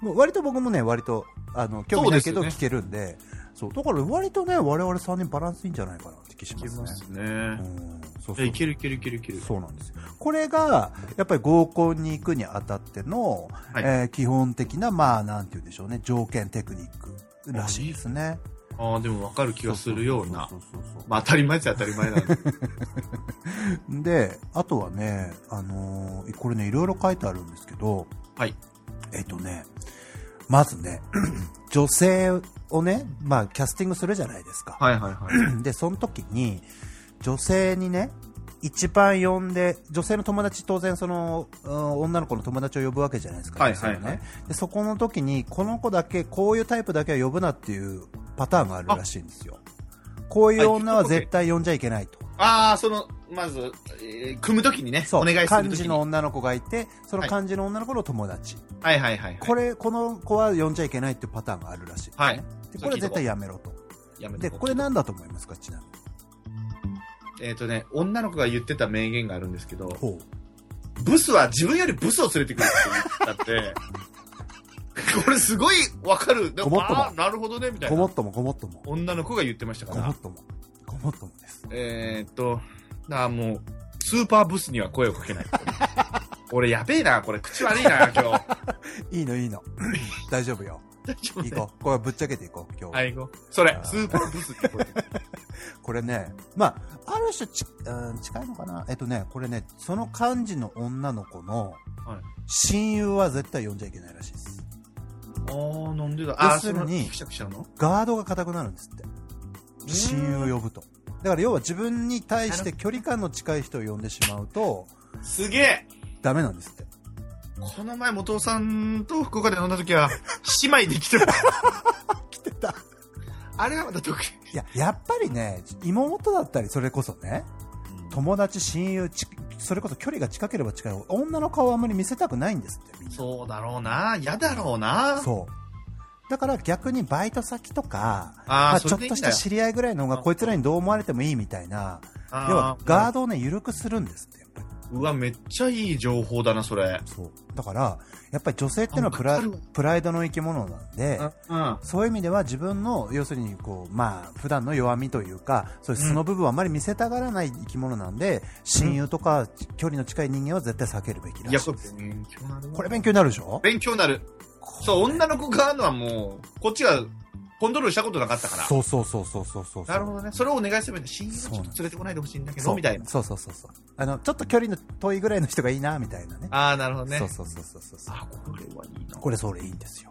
Speaker 2: もう割と僕もね、割と、あの、興味ないけど
Speaker 3: そうです
Speaker 2: 聞けるんで、そう,、だから割とね、我々3人バランスいいんじゃないかなって気しますね。う
Speaker 3: ね。
Speaker 2: んそう
Speaker 3: い
Speaker 2: そう
Speaker 3: やいけるいけるいけるいける。
Speaker 2: そうなんですよこれがやっぱり合コンに行くにあたっての、
Speaker 3: はい
Speaker 2: えー基本的なまあなんて言うんでしょうね条件テクニックらしいですね
Speaker 3: あああ、でもわかる気がするような
Speaker 2: そ。そうそうそう
Speaker 3: まあ当たり前っちゃ当たり前なんで。
Speaker 2: で、あとはね、あのーこれね、いろいろ書いてあるんですけど、
Speaker 3: はい。
Speaker 2: えっ、とね、まずね、 女性をね、まあ、キャスティングするじゃないですか。
Speaker 3: はいはいは い。
Speaker 2: で、その時に、女性にね、一番呼んで、女性の友達、当然その、うん女の子の友達を呼ぶわけじゃないですか。
Speaker 3: はいはいはい
Speaker 2: 女性のねでそこの時に、この子だけ、こういうタイプだけは呼ぶなっていうパターンがあるらしいんですよ。こういう女は絶対呼んじゃいけないと。
Speaker 3: ああ、その、まず、えー組むときにね、
Speaker 2: そ
Speaker 3: お
Speaker 2: う、
Speaker 3: 願いする
Speaker 2: 漢
Speaker 3: とき
Speaker 2: 字
Speaker 3: に。
Speaker 2: の
Speaker 3: はい
Speaker 2: 女の子がいて、その漢字の女の子の友達。
Speaker 3: はいはいはい。
Speaker 2: これ、この子は呼んじゃいけないっていうパターンがあるらしい、ね。
Speaker 3: はい
Speaker 2: で、これは絶対やめろと。
Speaker 3: やめて
Speaker 2: で、これなんだと思いますか、ちなみに。
Speaker 3: えっ、とね、女の子が言ってた名言があるんですけど、
Speaker 2: ほう。
Speaker 3: ブスは自分よりブスを連れてくるって 言ったって、これすごいわかる。で
Speaker 2: ごもっとも
Speaker 3: あーなるほどね、みたい
Speaker 2: ごも
Speaker 3: な
Speaker 2: っ。ともごもっとも。
Speaker 3: 女の子が言ってましたか
Speaker 2: ごも
Speaker 3: ら
Speaker 2: っ、とも。ごもっともです。
Speaker 3: えっ、と、なあもう、スーパーブスには声をかけない。 俺やべえな、これ口悪い な、今日。
Speaker 2: いいのいい の。大丈夫よ。
Speaker 3: 大丈夫
Speaker 2: 行こう。これはぶっちゃけていこう、今日。
Speaker 3: はい、行こうそれ
Speaker 2: あ、ー
Speaker 3: スーパーブスって声。
Speaker 2: これね、まあ、ある種ち、うん近いのかな。えっとね、これね、その漢字の女の子の
Speaker 3: はい、
Speaker 2: 親友は絶対呼んじゃいけないらしいです。
Speaker 3: ああ、なんでだ。ああ、
Speaker 2: 要す
Speaker 3: そ
Speaker 2: る
Speaker 3: の、
Speaker 2: に
Speaker 3: ギクシャクしちゃうの
Speaker 2: ガードが硬くなるんですって。親友を呼ぶと。だから要は自分に対して距離感の近い人を呼んでしまうと、
Speaker 3: すげえ
Speaker 2: ダメなんですって。
Speaker 3: この前、元尾さんと福岡で飲んだ時は、 姉妹で来てた。
Speaker 2: 来てた。
Speaker 3: あれはまた得意。
Speaker 2: いや、やっぱりね、妹だったり、それこそね、友達、親友、ちそれこそ距離が近ければ近い方が、女の顔をあんまり見せたくないんですって、みんな。
Speaker 3: そうだろうな。嫌だろうな。
Speaker 2: そう。だから逆にバイト先とか、
Speaker 3: あー
Speaker 2: ま
Speaker 3: そ
Speaker 2: ちょ
Speaker 3: れ
Speaker 2: っ
Speaker 3: でいいん
Speaker 2: とし
Speaker 3: だ
Speaker 2: た
Speaker 3: よ
Speaker 2: 知り合いぐらいの方が、
Speaker 3: あ
Speaker 2: こいつらにどう思われてもいいみたいな、
Speaker 3: あー
Speaker 2: 要はガードをね、緩くするんですって、やっぱり。
Speaker 3: うわ、めっちゃいい情報だな、それ。
Speaker 2: そう。だから、やっぱり女性っていうのはプ
Speaker 3: あ
Speaker 2: ラ
Speaker 3: わかるわ
Speaker 2: プライドの生き物なんで、
Speaker 3: うん。
Speaker 2: そういう意味では自分の、要するにこう、まあ、普段の弱みというか、そういう素の部分はあまり見せたがらない生き物なんで、親友とか距離の近い人間は絶対避けるべきら
Speaker 3: い
Speaker 2: しいで
Speaker 3: や、
Speaker 2: す。
Speaker 3: これ勉強なるわ
Speaker 2: これ勉強になるでしょ
Speaker 3: 勉強になる。そう、女の子側のはもう、こっちがコントロールしたことなかったから。
Speaker 2: そうそうそうそうそうそう。
Speaker 3: なるほどね。それをお願いすればいいんだ。親友を
Speaker 2: そう
Speaker 3: ち
Speaker 2: な
Speaker 3: ょ
Speaker 2: ん
Speaker 3: っ
Speaker 2: です
Speaker 3: と連れてこないでほしいんだけ
Speaker 2: そ
Speaker 3: ど、
Speaker 2: う
Speaker 3: みたいな。
Speaker 2: そうそうそうそう。あの、ちょっと距離の遠いぐらいの人がいいな、みたいなね。
Speaker 3: ああ、なるほどね。
Speaker 2: そうそうそうそうそう。
Speaker 3: あ、これはいいな。
Speaker 2: これそれいいんですよ。